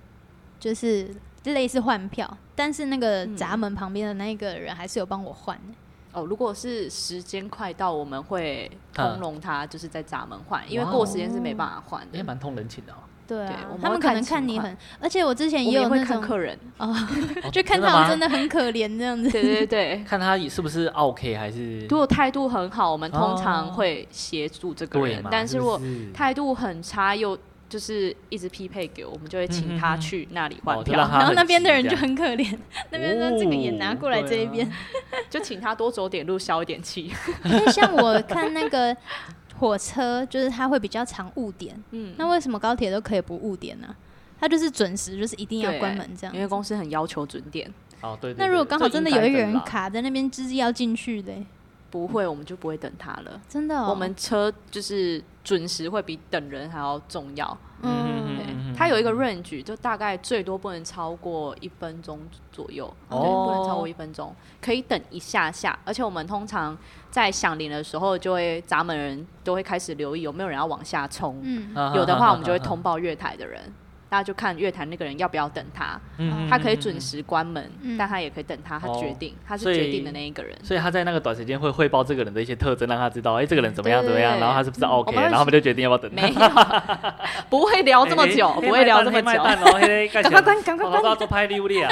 S1: 就是类似换票，但是那个闸门旁边的那个人还是有帮我换的。
S3: 哦，如果是时间快到，我们会
S1: 嗯
S3: 通融他，就是在闸门换，因为
S2: 哇哦
S3: 过时间是没办法换
S2: 也
S3: 的。
S2: 蛮通人情的哦。
S1: 对
S3: 对
S1: 啊
S3: 我，们
S1: 他
S3: 会
S1: 们可
S3: 看
S1: 能
S3: 情
S1: 看你
S3: 况
S1: 很，而且我之前
S3: 我们
S1: 有
S3: 也会
S1: 那
S3: 看
S1: 种
S3: 客人，
S1: 哦，
S2: *laughs*
S3: *laughs*
S2: 哦
S1: 就看
S2: 的
S1: 他
S2: 吗
S1: 们真的很可怜这样子。
S3: 对
S1: *laughs*
S3: 对对。
S2: 看他是不是 OK 还是
S3: 如果态度很好，我们通常
S2: 哦
S3: 会协助这个
S2: 对
S3: 人，
S1: 哦
S2: 嘛？
S3: 但
S2: 是
S3: 如果
S2: 不是
S3: 态度很差又就是一直匹配给我，我们就会请
S2: 嗯
S3: 他
S2: 嗯嗯
S3: 去那里
S2: 哦
S3: 换
S2: 就
S3: 票，
S2: 让他
S1: 然后
S2: 很
S1: 那边的
S2: 急
S1: 人
S2: 这
S1: 就
S2: 样
S1: 很可怜，那边说这个也拿过来
S2: 哦
S1: 这一
S2: *laughs*
S1: 边。
S3: 就请他多走点路，消一点气。
S1: 因为像我看那个火车，就是它会比较常误点，
S3: 嗯，
S1: 那为什么高铁都可以不误点呢、它就是准时，就是一定要关门这样
S3: 因为
S1: 子。
S3: 公司很要求准点，
S2: 哦，对。对
S1: 那
S2: 对
S1: 如果刚好
S2: 这
S1: 真的
S2: 应该
S1: 有一个人
S2: 啦，
S1: 卡在那边，就是要进去的欸、
S3: 不会我们就不会等他了。
S1: 真的哦、
S3: 我们车就是准时会比等人还要重要。
S2: 嗯
S1: 嗯，
S3: 对
S2: 嗯嗯，
S3: 它有一个 range，就大概最多不能超过一分钟左右，对，
S2: 哦
S3: 不能超过一分钟，可以等一下下。而且我们通常在响铃的时候，就会闸门人都会开始留意有没有人要往下冲，
S1: 嗯，
S2: 啊
S3: 有的话我们就会，
S2: 啊
S3: 通报月台的人。大家就看月台那个人要不要等他，
S2: 啊啊嗯嗯
S3: 他可以
S2: 嗯
S3: 准
S2: 嗯
S3: 时关门，
S1: 嗯
S3: 但他也可以等他，他决定，他是
S2: 所以
S3: 决定的那一个人。
S2: 所以他在那个短时间会汇报这个人的一些特征，让他知道，哎，这个人怎么样怎么样，
S3: 对
S2: 然后他是不是
S3: 嗯
S2: OK，
S3: 我们会
S2: 然后我们就决定要不要等他
S3: 没。有， *laughs* 不会聊这么久，
S2: 哎
S3: 不会聊这么久。
S2: 赶
S3: 赶快关，赶快
S2: 我
S3: 关！
S2: 做拍利物力啊！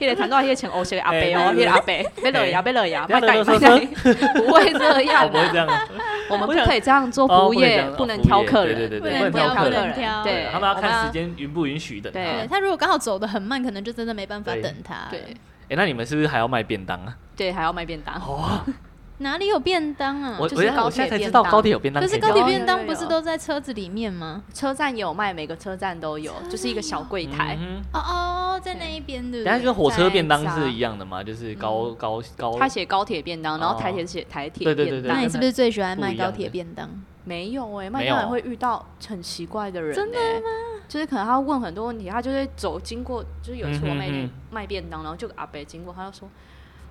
S3: 迄个谈到迄个穿黑色的阿伯哦，
S2: 哎
S3: 迄个阿伯，要落呀，要落呀，
S2: 不要
S3: 别改，
S2: 啰嗦
S3: 别改， *laughs* 不会这
S2: 我
S3: 样
S2: 不会
S3: 啊
S2: 这！样啊，
S3: 我们不可以这样做，服务业
S2: 哦
S3: 不
S2: 不能
S3: 能
S2: 这样
S3: 挑客
S2: 服务业
S3: 人，
S2: 对对
S1: 对
S3: 能
S1: 不能
S3: 挑
S1: 挑
S3: 客
S1: 不能挑
S3: 人，对，
S2: 他们要
S3: 我
S2: 看时
S3: 要。
S2: 间允不允许等他。
S3: 对
S1: 对他如果刚好走的很慢，可能就真的没办法
S2: 对
S1: 等他。
S3: 对，
S2: 哎，那你们是不是还要卖便当啊？
S3: 对，还要卖便当，
S2: 哦，
S1: 哪里有便当啊
S2: 我？
S3: 就
S2: 我
S3: 是
S2: 现在
S3: 高
S2: 我现在
S3: 铁
S2: 才知
S3: 便
S2: 道
S3: 当
S2: 高哦铁有便当
S1: 可
S2: 可
S1: 是
S2: 以
S1: 高
S2: 卖，
S1: 铁
S3: 有
S1: 便
S3: 有
S1: 当不
S3: 有
S1: 是都在车子里面吗？
S3: 车站也有卖，每个车站都有，就是一个小柜台。
S2: 嗯
S1: 哦哦，在那一边对
S2: 哼，
S1: 不
S2: 等下
S1: 对？
S2: 跟火车
S3: 在
S2: 便当
S3: 啥
S2: 是一样的吗？就是高高高，
S3: 他写高铁便当，然后台铁写台铁
S2: 对对
S3: 便
S2: 对
S1: 那
S3: 当
S1: 你。是不是最喜欢
S2: 不
S1: 卖
S2: 一
S1: 高
S2: 样
S1: 铁
S2: 的
S1: 便当？
S3: 没有哎，麦
S2: 没
S3: 当
S2: 有
S3: 劳会遇到很奇怪的人，
S1: 真的
S3: 吗？就是可能他问很多问题，他就会走经过，就是有一次我
S2: 嗯哼
S3: 卖便
S2: 哼
S3: 卖便当，然后就有个阿伯经过，他就说：“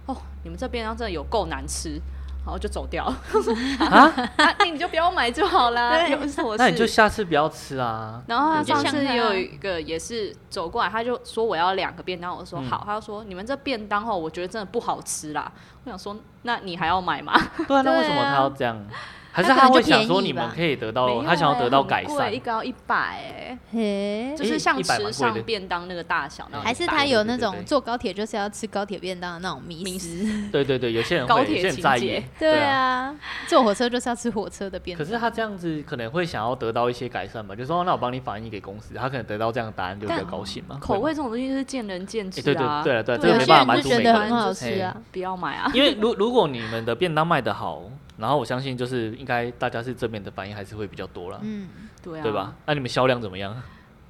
S3: 哦，你们这便当真的有够难吃。”然后就走掉 *laughs* 啊，那那你就不要买就好啦，
S1: 对
S3: 有什么事？
S2: 那你就下次不要吃
S3: *laughs*
S2: 啊。
S3: 然后他
S2: 对
S3: 上次
S1: 就像他
S3: 也有一个也是走过来，他就说我要两个便当，我说
S2: 嗯
S3: 好，他就说你们这便当哦，我觉得真的不好吃啦。我想说，那你还要买吗？
S2: 对啊，那为
S1: 对
S2: 什么
S1: 啊
S2: 他要这样？还是
S1: 他可
S2: 他
S1: 能
S2: 会
S1: 就
S2: 想
S1: 便
S2: 说
S1: 宜
S2: 你们
S1: 吧
S2: 可以得
S3: 没有
S2: 到，哦他想要
S3: 欸
S2: 得到
S3: 很
S2: 改
S3: 贵
S2: 善
S3: 一。个要一百哎，
S1: 嘿，
S2: 嗯
S3: 就是像
S2: 100蛮
S3: 时
S2: 贵
S3: 尚
S2: 的
S3: 便当那个大小那种，
S1: 还是
S2: 白
S1: 他有
S2: 对
S1: 那
S2: 对对
S1: 种
S2: 对
S1: 坐高铁就是要吃高铁便当的那种迷
S3: 迷
S1: 思。
S2: 对对对，有些人
S3: 高
S2: 会，有
S3: 铁
S2: 些人
S3: 情
S2: 在
S3: 节
S2: 意。
S1: *laughs* 对
S2: 啊。
S1: 啊，坐火车就是要吃火车的便
S2: 可
S1: 当。
S2: 是他这样子可能会想要得到一些改善嘛，就说、哦那我帮你反映给公司，他可能得到这样的答案就比较
S3: 但
S2: 高兴嘛。
S3: 哎口味
S2: 会
S3: 这种东西就是见仁见智
S2: 诶对对
S3: 啊，
S2: 对啊对啊这
S1: 有
S2: 个没
S1: 些
S2: 办
S1: 人
S2: 法满
S1: 就
S2: 足
S1: 觉
S2: 每
S1: 得
S2: 个
S1: 很
S2: 人
S1: 好
S2: 就是
S1: 吃啊，
S3: 不要买啊
S2: 吗，因为如如果你们的便当卖的好，然后我相信就是应该大家是正面的反应还是会比较多啦，
S1: 嗯，
S3: 对啊，
S2: 对吧？？那你们销量怎么样？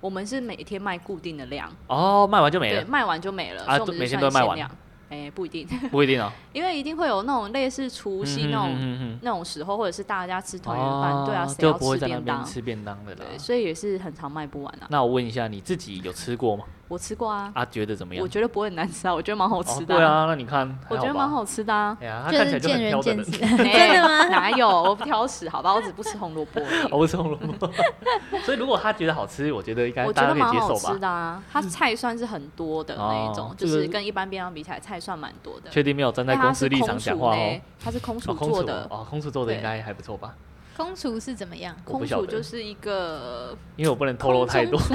S3: 我们是每天卖固定的量，
S2: 哦，卖完就没
S3: 对，
S2: 了，
S3: 卖完就没了，
S2: 啊
S3: 所以我们
S2: 每
S3: 是
S2: 天
S3: 算
S2: 都卖
S3: 限
S2: 完
S3: 量。哎，不一定，
S2: 不一定哦。
S3: 因为一定会有那种类似除夕那
S2: 嗯
S3: 种
S2: 嗯嗯嗯
S3: 那种时候，或者是大家吃团圆
S2: 哦
S3: 饭，对啊，谁
S2: 就
S3: 要
S2: 不会
S3: 吃
S2: 在那
S3: 便
S2: 边
S3: 当？
S2: 吃啊便当的啦。
S3: 对，所以也是很常卖不完啊。
S2: 那我问一下，你自己有吃过吗？
S3: 我吃过啊，
S2: 啊，觉得怎么样？
S3: 我觉得不会很难吃啊，我觉得蛮好吃
S2: 哦，
S3: 的。
S2: 对，啊，那你看，
S3: 我觉得蛮。好吃的啊。。
S2: *laughs* 哎呀，他
S1: 就
S2: 看起
S1: 是
S2: 来就
S1: 见
S2: 很
S1: 仁
S2: 挑的
S1: 见
S2: 人
S1: 智。
S3: 真
S1: 的吗
S3: 哪有？我不挑食，好吧，我只不吃红萝卜而
S2: *laughs*
S3: 已。
S2: 欧洲萝卜。 *laughs* 所以如果他觉得好吃，我觉得应该
S3: 我觉
S2: 大家
S3: 得
S2: 可以
S3: 蛮
S2: 接
S3: 好
S2: 受
S3: 吃
S2: 吧。
S3: 的啊，它菜算是很多的那一种
S2: 哦，
S3: 就
S2: 这
S3: 是
S2: 个
S3: 跟一般便当比起来，菜算蛮多的。
S2: 确定没有站在
S3: 因为它
S2: 公司
S3: 哎是
S2: 立场
S3: 空
S2: 讲
S3: 厨
S2: 话哦
S3: 呢？，它是空厨
S2: 哦，空
S3: 做
S2: 厨
S3: 的，
S2: 哦，空厨做的
S3: 对
S2: 应该还不错吧？
S1: 空厨是怎么
S2: *laughs*
S1: 样？
S2: 我不
S3: 空
S2: 晓
S3: 厨
S2: 得
S3: 就，是一个
S2: 因为我不能透
S3: 空
S2: 露
S3: 中
S2: 太多，
S3: 厨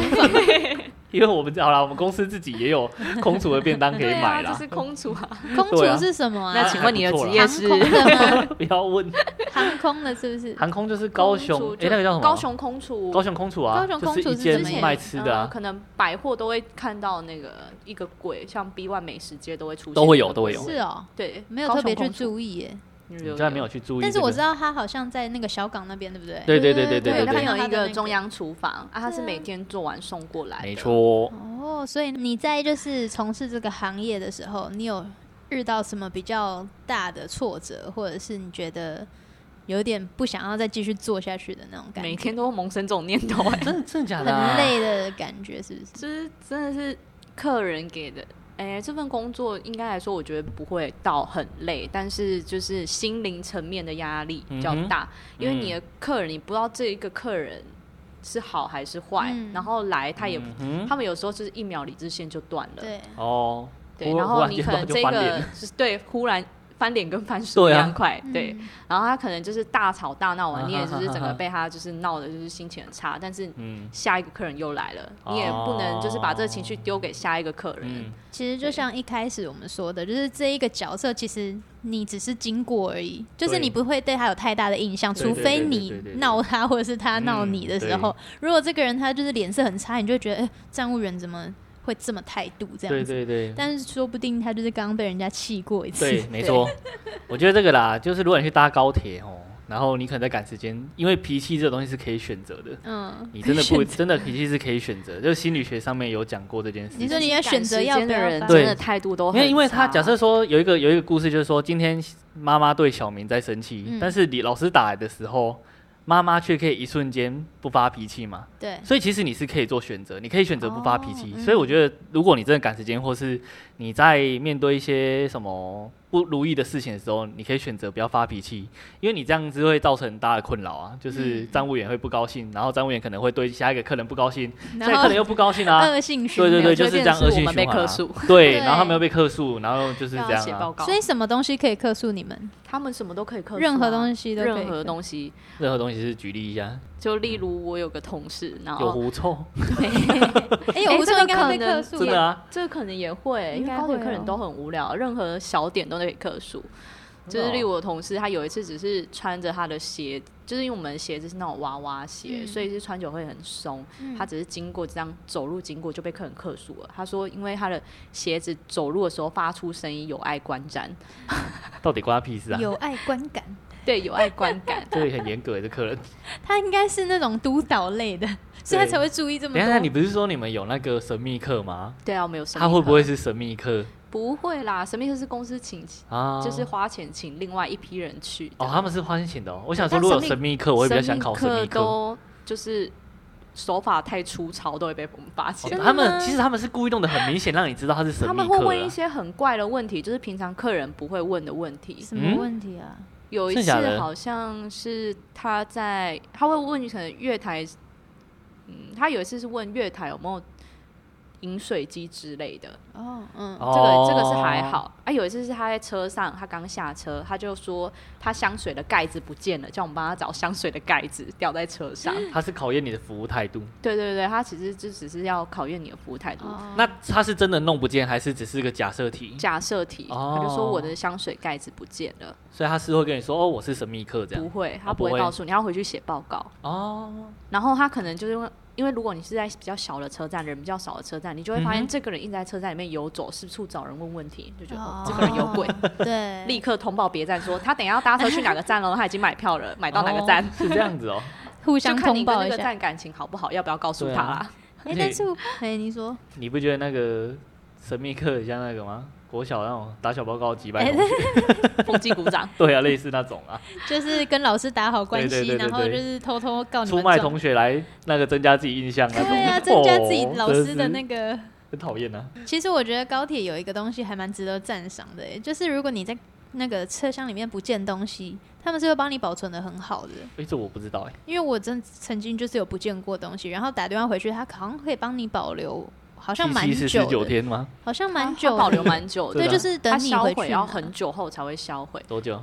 S2: *laughs*
S3: 房
S2: 因为我们好了，我们公司自己也有空厨的便当可以
S3: *laughs* 对
S2: 买
S3: 啊，
S2: 啦
S3: 就。是空厨啊。
S1: 空
S2: 对 *laughs* 啊
S1: 厨是什么
S3: 那
S1: 啊？
S3: 请问你的职业
S1: 航
S3: 是
S2: *laughs*
S1: 空的吗？
S2: 不要问，
S1: 航空的是不是？
S2: 航空就是高
S3: 空
S2: 雄，
S3: 厨
S2: 哎
S3: 就，
S2: 那个叫什么？
S3: 高雄空厨，
S2: 高雄空厨啊，
S1: 高雄空厨
S2: 就是一
S1: 是之
S2: 间
S1: 前
S2: 卖吃的
S3: 呃
S2: 啊，
S3: 可能百货都会看到那个一个柜，像 B One 美食街都会出现，
S2: 都会有都会有
S1: 是哦，
S3: 对，
S1: 没有特别去
S3: 住，
S1: 注意耶。
S3: 嗯
S2: 你居然没有去注意这
S1: 但嗯
S2: 个。
S1: 是我知道他好像在那个小港那边，对不对？
S2: 对对对对对
S3: 对，那
S2: 对
S3: 边
S1: 看到
S3: 有
S1: 它
S3: 一
S1: 的那
S3: 个中。央厨房啊，它是每天做完送过来，
S2: 没。错。
S1: 哦，所以你在就是从事这个行业的时候，你有遇到什么比较大的挫折，或者是你觉得有点不想要再继续做下去的那种感
S3: 每
S1: 觉，
S3: 天都萌生这种念
S2: *laughs*
S3: 头，哎
S2: 真的真的假的、
S1: 很
S2: 啊
S1: 累的感觉，是不是？
S3: 就是真的是客人给的哎、这份工作应该来说，我觉得不会到很累，但是就是心灵层面的压力比较
S2: 嗯哼
S3: 大，因为你的客人，你不知道这一个客人是好还是坏，
S1: 嗯
S3: 然后来他也，
S2: 嗯
S3: 他们有时候就是一秒理智线就断了，
S1: 对，
S2: 哦，
S3: 对，
S2: 忽
S3: 然
S2: 忽
S3: 后
S2: 然
S3: 你
S2: 间
S3: 可
S2: 不
S3: 能
S2: 然就
S3: 这
S2: 翻
S3: 个
S2: 脸
S3: 就是对，忽然翻脸跟翻书一
S2: 对啊
S3: 样快，对，
S1: 嗯
S3: 然后他可能就是大吵大闹完，你也就是
S2: 啊哈
S3: 整
S2: 哈
S3: 个
S2: 哈
S3: 被他就是闹的，就是心情很差，但是
S2: 嗯
S3: 下一个客人又来了，你也不能就是把这个情绪丢给下一个客人
S2: 哦嗯，，
S1: 其实就像一开始我们说的，就是这一个角色，其实你只是经过而已，就是
S2: 对
S1: 你不会对他有太大的印象，
S2: 对
S1: 除
S2: 对
S1: 非
S2: 对对
S1: 你
S2: 对对对嗯
S1: 闹他或者是他闹你的时候。如果这个人他就是脸色很差，你就会觉得，哎、站务员怎么会这么态度这样
S2: 对
S1: 子？
S2: 对对。
S1: 但是说不定他就是刚被人家气过一次。
S2: 对，没错。我觉得这个啦，就是如果你去搭高铁哦，然后你可能在赶时间，因为脾气这东西是可以选择的，
S1: 嗯，
S2: 你真的不
S1: *laughs* 选择
S2: 真的脾气是可以选择，就是心理学上面有讲过这件事
S1: 你
S2: 情。
S1: 说你要选择要不
S3: 的
S1: 要
S3: 人
S1: 发
S2: 对
S3: 真的态度都
S2: 因
S3: 很
S2: 为因为他
S3: 差
S2: 假设说有一个有一个故事，就是说今天妈妈对小明在生气，
S1: 嗯
S2: 但是你老师打来的时候，妈妈却可以一瞬间不发脾气嘛，
S1: 对，
S2: 所以其实你是可以做选择，你可以选择不发脾气。
S1: 嗯哦嗯
S2: 所以我觉得，如果你真的赶时间，或是你在面对一些什么不如意的事情的时候，你可以选择不要发脾气，因为你这样子会造成很大的困扰啊。就是
S1: 嗯
S2: 站务员会不高兴，然后站务员可能会对下一个客人不高兴，下
S1: 然
S2: 一个
S1: 后
S2: 客人又不高兴啊。
S1: 恶性循
S2: 对
S1: 环。
S2: 对对，
S3: 就
S2: 就是
S3: 会
S2: 这
S3: 变
S2: 样
S3: 成
S2: 恶
S3: 是我
S2: 性
S3: 们
S2: 循
S3: 被
S2: 环、
S3: 客
S2: 啊
S3: 诉。
S2: 对，
S1: 对
S2: 然后他们又被客诉，然后就是这
S3: 要
S2: 样
S3: 写报
S2: 啊。
S3: 告，
S1: 所以什么东西可以克诉你们？
S3: 他们什么都可以克诉啊，
S1: 任何东西都可以
S3: 任何
S1: 克
S3: 东西，
S2: 任何东西是举例一下，
S3: 就例如我有个同事，然
S2: 有
S3: 后
S2: 狐臭，
S1: 哎、有胡
S3: 这
S1: 说
S3: 个
S1: 应该会被
S3: 可能
S1: 克诉吧，
S2: 真的啊，
S3: 这可能也会，应
S1: 应该
S3: 该会
S1: 会
S3: 客人
S1: 哦
S3: 都很无聊，任何小点都可以克数。
S1: 哦
S3: 就是例如我同事，他有一次只是穿着他的鞋，就是因为我们的鞋子是那种娃娃鞋，
S1: 嗯
S3: 所以是穿久会很松。
S1: 嗯
S3: 他只是经过这样走路经过就被客人克诉了。他说，因为他的鞋子走路的时候发出声音，有碍观瞻，
S2: 到底关他屁事啊？。
S1: 有爱观感。
S3: 对，有碍观感
S1: *laughs*
S2: 这个很严格的客人。
S1: 他应该是那种督导类的，所以他才会注意这么
S2: 等一下，你
S1: 多。
S2: 不是说你们有那个神秘客吗？
S3: 对啊，我们有神秘
S2: 他会不会
S3: 客
S2: 是神秘客
S3: 不会啦？神秘就是公司请，
S2: 啊？
S3: 就是花钱请另外一批人去这
S2: 哦，
S3: 样。
S2: 他们是花钱的哦。我想说，
S3: 但
S2: 如果有
S3: 神秘
S2: 神秘客，我也比较想考神秘客。
S3: 课
S2: 哦
S3: 都就是手法太粗糙，都会被我们发现。
S1: 真的
S2: 哦他们
S1: 吗
S2: 其实他们是故意弄得很明显，让你知道他是神
S3: 他
S2: 秘
S3: 们会
S2: 客
S3: 问一
S2: 啊。
S3: 些很怪的问题，就是平常客人不会问的问题。
S1: 什么问题啊？
S3: 有一
S2: 真的假
S3: 次
S2: 的
S3: 好像是他在，他会问可能月台，嗯，他有一次是问月台有没有饮水机之类的，
S1: 哦，嗯，
S2: 哦
S3: 这个这个是还好啊。有一次是他在车上，他刚下车，他就说他香水的盖子不见了，叫我们帮他找香水的盖子掉在车上。
S2: 他是考验你的服务态度。
S3: 对对对，他其实就只是要考验你的服务态度。
S1: 哦
S2: 哦那他是真的弄不见，还是只是个假设题？
S3: 假设题，
S2: 哦
S3: 他就说我的香水盖子不见了，
S2: 所以他是会跟你说：“哦，我是神秘客这
S3: 不
S2: 样。
S3: 会，他
S2: 哦
S3: 不
S2: 不
S3: 会
S2: 会
S3: 告诉你，他回去写报告。”
S2: 哦，
S3: 然后他可能就是因为因为如果你是在比较小的车站，人比较少的车站，你就会发
S2: 嗯
S3: 现
S2: 哼
S3: 这个人一直在车站里面游走，四处找人问问题，就觉得、哦、这个人有鬼，
S1: *laughs* 对，
S3: 立刻通报别站说他等一下要搭车去哪个站喽，他已经买票
S1: 哎
S3: 了，买到哪个站
S2: 哦。是这样子哦。
S1: 互
S3: 就
S1: 相
S3: 看你
S1: 通
S3: 跟
S1: 报
S3: 那
S1: 一
S3: 个
S1: 下。
S3: 站感情好不好，要不要告诉
S2: 对
S3: 他
S2: 啊
S3: 啦？
S1: *laughs* 哎，但是我哎，你说，
S2: 你不觉得那个神秘客很像那个吗？国小那种打小报告几百
S1: 哎 *laughs*
S2: 同学，
S3: *laughs* 风纪鼓掌，
S2: 对啊，类似那种啊，
S1: 就是跟老师打好关
S2: 对对
S1: 系，
S2: 对对
S1: 然后就是偷偷哦告你
S2: 出
S1: 们
S2: 卖
S1: 状
S2: 同学来那个增加自己印象那种。
S1: 对啊，增加自己
S2: 哦
S1: 老师的
S2: 真是
S1: 那个。
S2: 很讨厌啊。
S1: 其实我觉得高铁有一个东西还蛮值得赞赏的耶，就是如果你在那个车厢里面不见东西，他们是会帮你保存的很好的。
S2: 哎、这我不知道哎、
S1: 因为我真曾经就是有不见过东西，然后打电话回去，他好像可以帮你保留，好像蛮
S2: 七
S1: 久
S2: 是
S1: 的
S2: 十九天吗？
S1: 好像蛮
S3: 他 *laughs*
S1: 久的，
S3: 保留蛮久的，
S1: 对，
S2: 对啊
S1: 就是等
S3: 他
S1: 你
S3: 销
S1: 回
S3: 毁
S1: 去
S3: 要
S1: 拿
S3: 很久后才会销毁，
S2: 多久？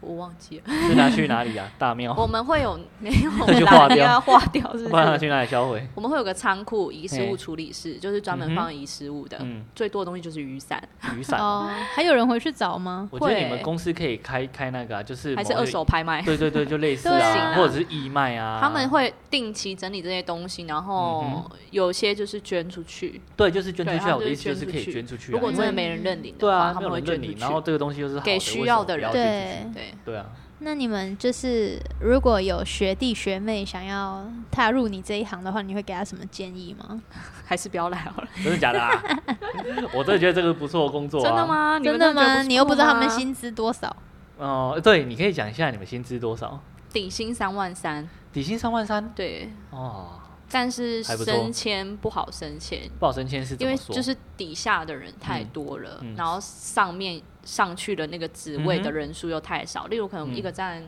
S3: 我忘记了。
S2: 是拿去哪里
S1: *laughs*
S2: 啊？大庙？
S3: 我们会
S2: *laughs*
S3: 有没
S2: 那
S3: 有
S2: 就
S3: 啦？
S2: 化
S3: 你
S2: 掉
S3: 要化掉是
S2: 不
S3: 不
S2: 然拿
S3: 是？
S2: 去哪里销毁？
S3: 我们会有个仓库遗失物
S2: 嘿
S3: 处理室，就是专门
S2: 嗯哼
S3: 放遗失物的。
S2: 嗯，
S3: 最多的东西就是雨伞，
S2: 雨伞。
S1: 哦，还有人回去找吗？
S2: 我觉得你
S3: 会
S2: 们公司可以开开那个、啊，就是
S3: 还是
S2: 某一
S3: 二手拍卖。
S2: 对对对，就
S1: *laughs*
S2: 类似
S1: 对
S2: 啊，
S1: 啊
S2: 或者是义卖啊。
S3: 他们会定期整理这些东西，然
S2: 嗯
S3: 后有些就是捐出去。
S2: 对，就是捐出
S3: 对
S2: 去
S3: 他们
S2: 啊。我的意思
S3: 就
S2: 就是是
S3: 捐
S2: 可以
S3: 出去
S2: 捐出去、啊。
S3: 如果
S2: 因
S3: 真的
S2: 为
S3: 没人认领的
S2: 对
S3: 话，
S2: 啊，
S3: 他
S2: 没
S3: 们
S2: 有
S3: 会
S2: 人
S3: 捐
S2: 认
S3: 出
S2: 你，
S3: 去
S2: 然后这个东西又是好
S3: 给
S2: 的
S3: 需要的人
S2: 为什么不要捐出去
S1: 对，
S3: 对，
S2: *laughs* 对啊，
S1: 那你们就是如果有学弟学妹想要踏入你这一行的话，你会给他什么建议吗？
S3: *laughs* 还是不要来好了。
S2: 真的假的啊？ *laughs* 我真的觉得这个不错的工作、啊。
S3: 真的？吗？
S1: 真的吗？你又
S3: 啊
S1: 不知道他们
S3: 薪
S1: 薪资多少？
S2: 哦、对，你可以讲一下你们薪资多少？
S3: 底薪三万三，
S2: 底薪三万三
S3: 对，
S2: 哦，
S3: 但是
S2: 还不错
S3: 升迁不好升迁，
S2: 不好升迁是怎
S3: 因
S2: 么
S3: 为
S2: 说？
S3: 就是底下的人太
S2: 嗯
S3: 多了，
S2: 嗯
S3: 然后上面上去的那个职位
S2: 嗯
S3: 的
S2: 哼
S3: 人数又太少。例如，可能
S2: 嗯
S3: 一个站，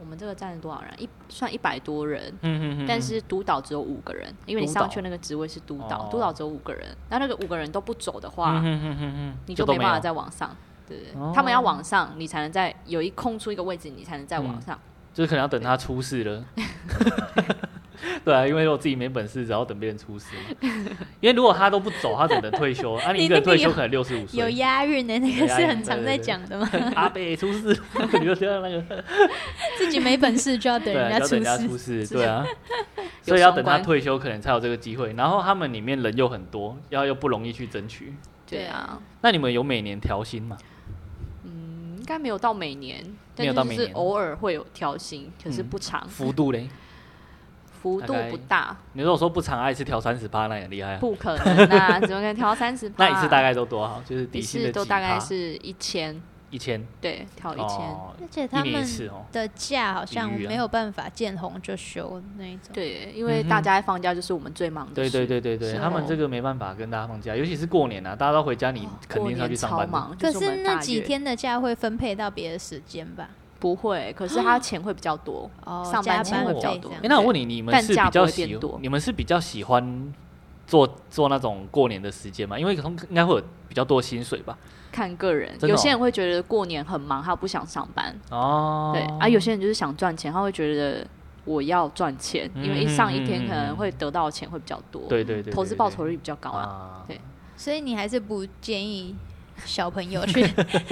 S3: 我们这个站多少人？一算一百多人，
S2: 嗯哼哼
S3: 但是督导只有五个人，因为你
S2: 督导
S3: 上去那个职位是督导
S2: 哦，
S3: 督导只有五个人，那那个五个人都不走的
S2: 嗯
S3: 话，
S2: 哼哼哼哼
S3: 你
S2: 就
S3: 就
S2: 都
S3: 没办法
S2: 有
S3: 再往上。对不对
S2: 哦
S3: 他们要往上，你才能再有一空出一个位置，你才能再往
S2: 嗯
S3: 上。
S2: 就是可能要等他出事了。 *laughs* 对啊，因为我自己没本事，只要等别人出事嘛。因为如果他都不走，他只能退休。
S3: *laughs*
S2: 啊，你一个人退休可能六十五
S1: 有
S2: 岁，
S1: 押韵的那
S2: 有
S1: 个
S2: 押
S1: 是
S2: 韵
S1: 很常在讲的嘛，
S3: *laughs*
S2: 阿贝出事， *laughs* 你就这样那个，
S1: 自己没本事就要等
S2: 对啊，
S1: 人家
S2: 要等
S1: 出
S2: 人家
S1: 事。
S2: 出事，
S3: 是
S2: 对
S3: *laughs*
S2: 啊，
S3: 有
S2: 所以要
S3: 双
S2: 等他
S3: 关
S2: 退休可能才有这个机会。然后他们里面人又很多，要又不容易去争取。
S3: 对啊，
S2: 那你们有每年调薪
S3: *laughs*
S2: 吗？
S3: 嗯，应该没有到每年，
S2: 没
S3: 但
S2: 有
S3: 是
S2: 到
S3: 就
S2: 每
S3: 是
S2: 年
S3: 偶尔会有调薪，可是
S2: 嗯
S3: 不长，
S2: 幅度嘞？
S3: 幅
S2: 大
S3: 度
S2: 概
S3: 不大，
S2: 你如果说不常爱是调三十八，那也很厉害啊。
S3: 不可能啦，怎么可能调三十
S2: *laughs* 那一次大概都多少？就是底
S3: 一
S2: 薪的
S3: 次都
S2: 几
S3: 大概
S2: 趴
S3: 是一千，
S2: 一千，
S3: 对，调一千，
S2: 哦
S1: 而且
S2: 一
S1: 他
S2: 年一
S1: 们
S2: 次哦。
S1: 的假好像
S2: 比喻啊
S1: 没有办法见红就休那一种。
S3: 对，因为
S2: 嗯哼
S3: 大家放假就是我们最忙的
S2: 对
S3: 时
S2: 对对对对，
S3: 是
S2: 他们
S3: 哦
S2: 这个没办法跟大家放假，尤其是过年啊，大家都回家，你肯
S3: 过
S2: 定是要去
S3: 年
S2: 上
S3: 超
S2: 班的。
S3: 忙，
S1: 可
S3: 就是我
S1: 是
S3: 们
S1: 那
S3: 大
S1: 几
S3: 月
S1: 天的假会分配到别的时间吧？
S3: 不会，可是他钱会比较多，
S1: 哦，
S3: 上
S1: 加
S3: 班钱
S1: 班
S3: 会
S1: 费
S3: 比
S1: 这
S3: 较
S1: 样
S3: 多
S2: 诶那我问你，你们
S3: 但
S2: 是
S3: 假
S2: 比较
S3: 不会变
S2: 喜
S3: 多，
S2: 你们是比较喜欢做做那种过年的时间吗？因为通应该会有比较多薪水吧？
S3: 看个人，
S2: 真的
S3: 有
S2: 哦
S3: 些人会觉得过年很忙，他不想上班，
S2: 哦，
S3: 对啊，有些人就是想赚钱，他会觉得我要赚钱，因为一上一
S2: 嗯
S3: 天
S2: 嗯嗯嗯
S3: 可能会得到的钱会比较多，
S2: 对对对，
S3: 投资
S2: 对
S3: 报
S2: 对
S3: 酬率比较高啊。
S2: 啊
S3: 对
S1: 所以你还是不建议小朋友
S2: *laughs*
S1: 去